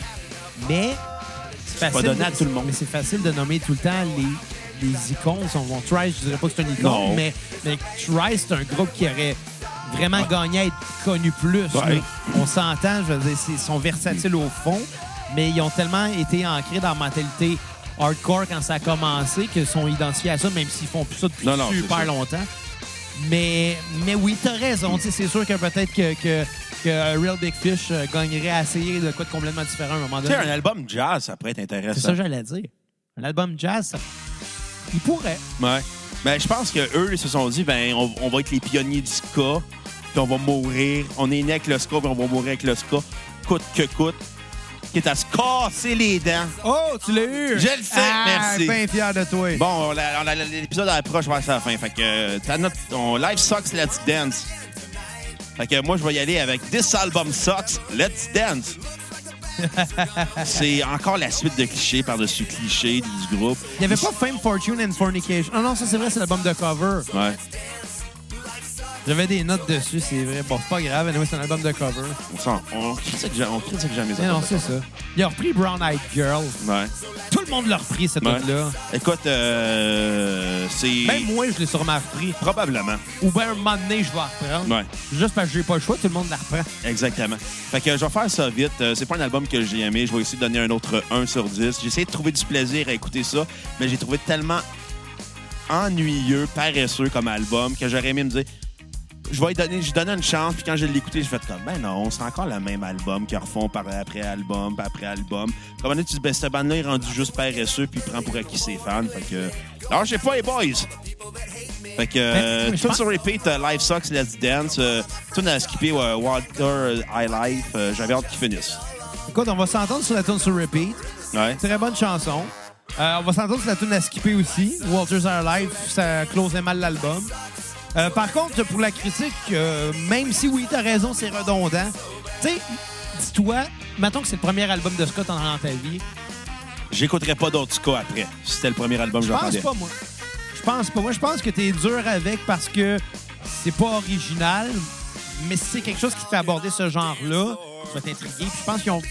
[SPEAKER 1] Mais c'est
[SPEAKER 3] pas
[SPEAKER 1] facile
[SPEAKER 3] donné
[SPEAKER 1] de-
[SPEAKER 3] à tout le monde.
[SPEAKER 1] Mais c'est facile de nommer tout le temps les, les icônes. Si on va Trice, je dirais pas que c'est une
[SPEAKER 3] Non.
[SPEAKER 1] icône, mais, mais Trice, c'est un groupe qui aurait vraiment gagné à être connu plus.
[SPEAKER 3] Ouais.
[SPEAKER 1] là. On s'entend, je veux dire, c'est- ils sont versatiles au fond, mais ils ont tellement été ancrés dans la mentalité hardcore quand ça a commencé qu'ils sont identifiés à ça, même s'ils font plus ça depuis
[SPEAKER 3] Non, non, c'est
[SPEAKER 1] super
[SPEAKER 3] ça.
[SPEAKER 1] longtemps. Mais, mais oui, t'as raison. Tu sais, C'est sûr que peut-être que, que, que Real Big Fish euh, gagnerait à essayer de quoi de complètement différent à un moment
[SPEAKER 3] Tu
[SPEAKER 1] donné.
[SPEAKER 3] sais, un album jazz, ça pourrait être intéressant.
[SPEAKER 1] C'est ça que j'allais dire. Un album jazz, ça- il pourrait.
[SPEAKER 3] Ouais. Ben, je pense que eux ils se sont dit, ben, on, on va être les pionniers du ska, puis on va mourir. On est né avec le ska, puis on va mourir avec le ska, coûte que coûte, quitte à se casser les dents.
[SPEAKER 1] Oh, tu l'as eu! Ah,
[SPEAKER 3] Je le sais, merci.
[SPEAKER 1] bien fier de toi.
[SPEAKER 3] Bon, on l'a- on l'a- l'épisode approche vers sa fin. Fait que euh, t'as notre, on, Life Sucks, Let's Dance. Fait que moi, je vais y aller avec This Album Sucks, Let's Dance. C'est encore la suite de clichés par-dessus clichés du groupe.
[SPEAKER 1] Il n'y avait pas Fame, Fortune and Fornication. Ah non, ça, c'est vrai, c'est l'album de cover.
[SPEAKER 3] Ouais.
[SPEAKER 1] J'avais des notes dessus, c'est vrai. Bon, c'est pas grave, anyway, c'est un album de cover.
[SPEAKER 3] On, s'en- on critique ja- on critique jamais ça.
[SPEAKER 1] Mais non, c'est ça. Il a repris Brown Eyed Girl.
[SPEAKER 3] Ouais.
[SPEAKER 1] Tout le monde l'a repris, cette
[SPEAKER 3] Ouais.
[SPEAKER 1] note-là.
[SPEAKER 3] Écoute, euh, c'est.
[SPEAKER 1] Même moi, je l'ai sûrement repris.
[SPEAKER 3] Probablement.
[SPEAKER 1] Ou bien, un moment donné, je vais la reprendre.
[SPEAKER 3] Ouais.
[SPEAKER 1] Juste parce que j'ai pas le choix, tout le monde la reprend.
[SPEAKER 3] Exactement. Fait que je vais faire ça vite. Euh, c'est pas un album que j'ai aimé. Je vais essayer de donner un autre 1 sur 10. J'ai essayé de trouver du plaisir à écouter ça, mais j'ai trouvé tellement ennuyeux, paresseux comme album que j'aurais aimé me dire je vais y donner, je donne une chance, puis quand je l'ai écouté, j'ai fait comme, ben non, c'est encore le même album qu'ils refont par après album, par après album. Comme on dit, tu dis, ben, cette bande-là est rendu juste paresseux, puis il prend pour acquis ses fans. Fait que, alors, j'ai pas les boys. Fait que, euh,
[SPEAKER 1] mais Ben, je
[SPEAKER 3] tune
[SPEAKER 1] pense-
[SPEAKER 3] sur repeat, euh, Life Sucks, Let's Dance, euh, tune à skipper, euh, Water High Life, euh, j'avais hâte qu'ils finissent.
[SPEAKER 1] Écoute, on va s'entendre sur la tune sur repeat.
[SPEAKER 3] Ouais.
[SPEAKER 1] Très bonne chanson. Euh, on va s'entendre sur la tune à skipper aussi. Walters Are Alive, ça closait mal l'album. Euh, par contre, pour la critique, euh, même si oui, t'as raison, c'est redondant. Tu sais, dis-toi, mettons que c'est le premier album de Scott en dans ta vie.
[SPEAKER 3] J'écouterai pas d'autres cas après. C'était le premier album que
[SPEAKER 1] Je pense
[SPEAKER 3] j'entendais.
[SPEAKER 1] pas, moi. Je pense pas. Moi, je pense que t'es dur avec parce que c'est pas original, mais si c'est quelque chose qui te fait aborder ce genre-là, tu vas t'intriguer. Puis Je pense qu'ils ont,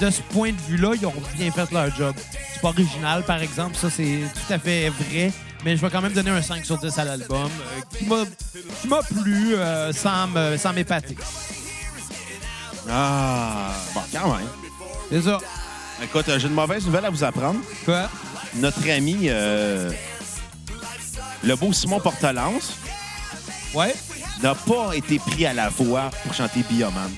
[SPEAKER 1] de ce point de vue-là, ils ont bien fait leur job. C'est pas original, par exemple. Ça, c'est tout à fait vrai. Mais je vais quand même donner un 5 sur 10 à l'album euh, qui m'a- qui m'a plu euh, sans me- sans m'épater.
[SPEAKER 3] Ah, bon, quand même.
[SPEAKER 1] C'est ça.
[SPEAKER 3] Écoute, euh, j'ai une mauvaise nouvelle à vous apprendre.
[SPEAKER 1] Quoi?
[SPEAKER 3] notre ami euh, le beau Simon Portalance
[SPEAKER 1] Ouais?
[SPEAKER 3] n'a pas été pris à la voix pour chanter Bioman.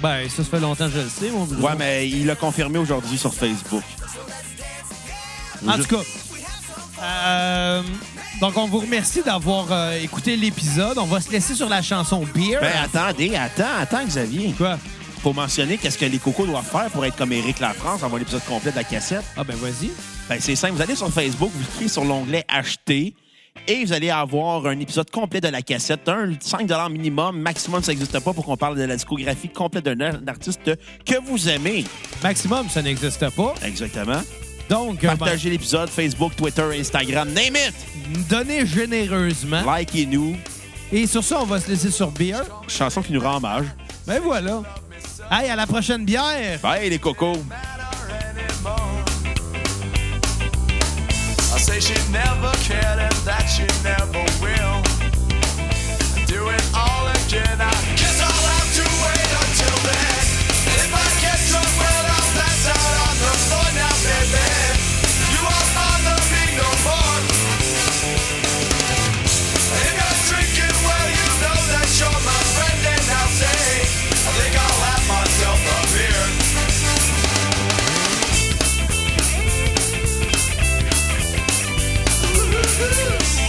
[SPEAKER 1] Ben, ça, ça fait longtemps que je le sais, mon
[SPEAKER 3] Ouais, mais il l'a confirmé aujourd'hui sur Facebook.
[SPEAKER 1] En tout cas, euh, donc on vous remercie d'avoir euh, écouté l'épisode. On va se laisser sur la chanson Beer.
[SPEAKER 3] Ben, attendez, attends, attends, Xavier.
[SPEAKER 1] Quoi?
[SPEAKER 3] Pour mentionner qu'est-ce que les cocos doivent faire pour être comme Éric Lafrance, avoir l'épisode complet de la cassette,
[SPEAKER 1] Ah ben vas-y.
[SPEAKER 3] ben, c'est simple. Vous allez sur Facebook, vous cliquez sur l'onglet Acheter et vous allez avoir un épisode complet de la cassette. Un 5 minimum, maximum, ça n'existe pas pour qu'on parle de la discographie complète d'un ar- artiste que vous aimez.
[SPEAKER 1] Maximum, ça n'existe pas.
[SPEAKER 3] Exactement.
[SPEAKER 1] Donc, euh,
[SPEAKER 3] Partagez l'épisode Facebook, Twitter, Instagram, name it!
[SPEAKER 1] ben, donnez généreusement.
[SPEAKER 3] Likez-nous.
[SPEAKER 1] Et sur ça, on va se laisser sur Beer.
[SPEAKER 3] Chanson qui nous rend hommage.
[SPEAKER 1] Ben voilà. Hey, à la prochaine bière!
[SPEAKER 3] Bye les cocos!
[SPEAKER 2] I say she never cared and that she never will. Do it all again. I guess I'll have to wait until then. If I get drunk, well, I'll pass out on the floor now, baby. You won't bother me no more. If you're drinking, well, you know that you're my friend, and I'll say, I think I'll have myself a beer. Ooh.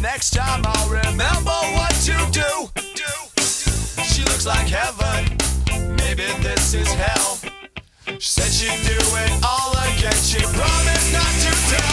[SPEAKER 2] Next time I'll remember what you do. She looks like heaven. Maybe this is hell. She said she'd do it all again. She promised not to tell.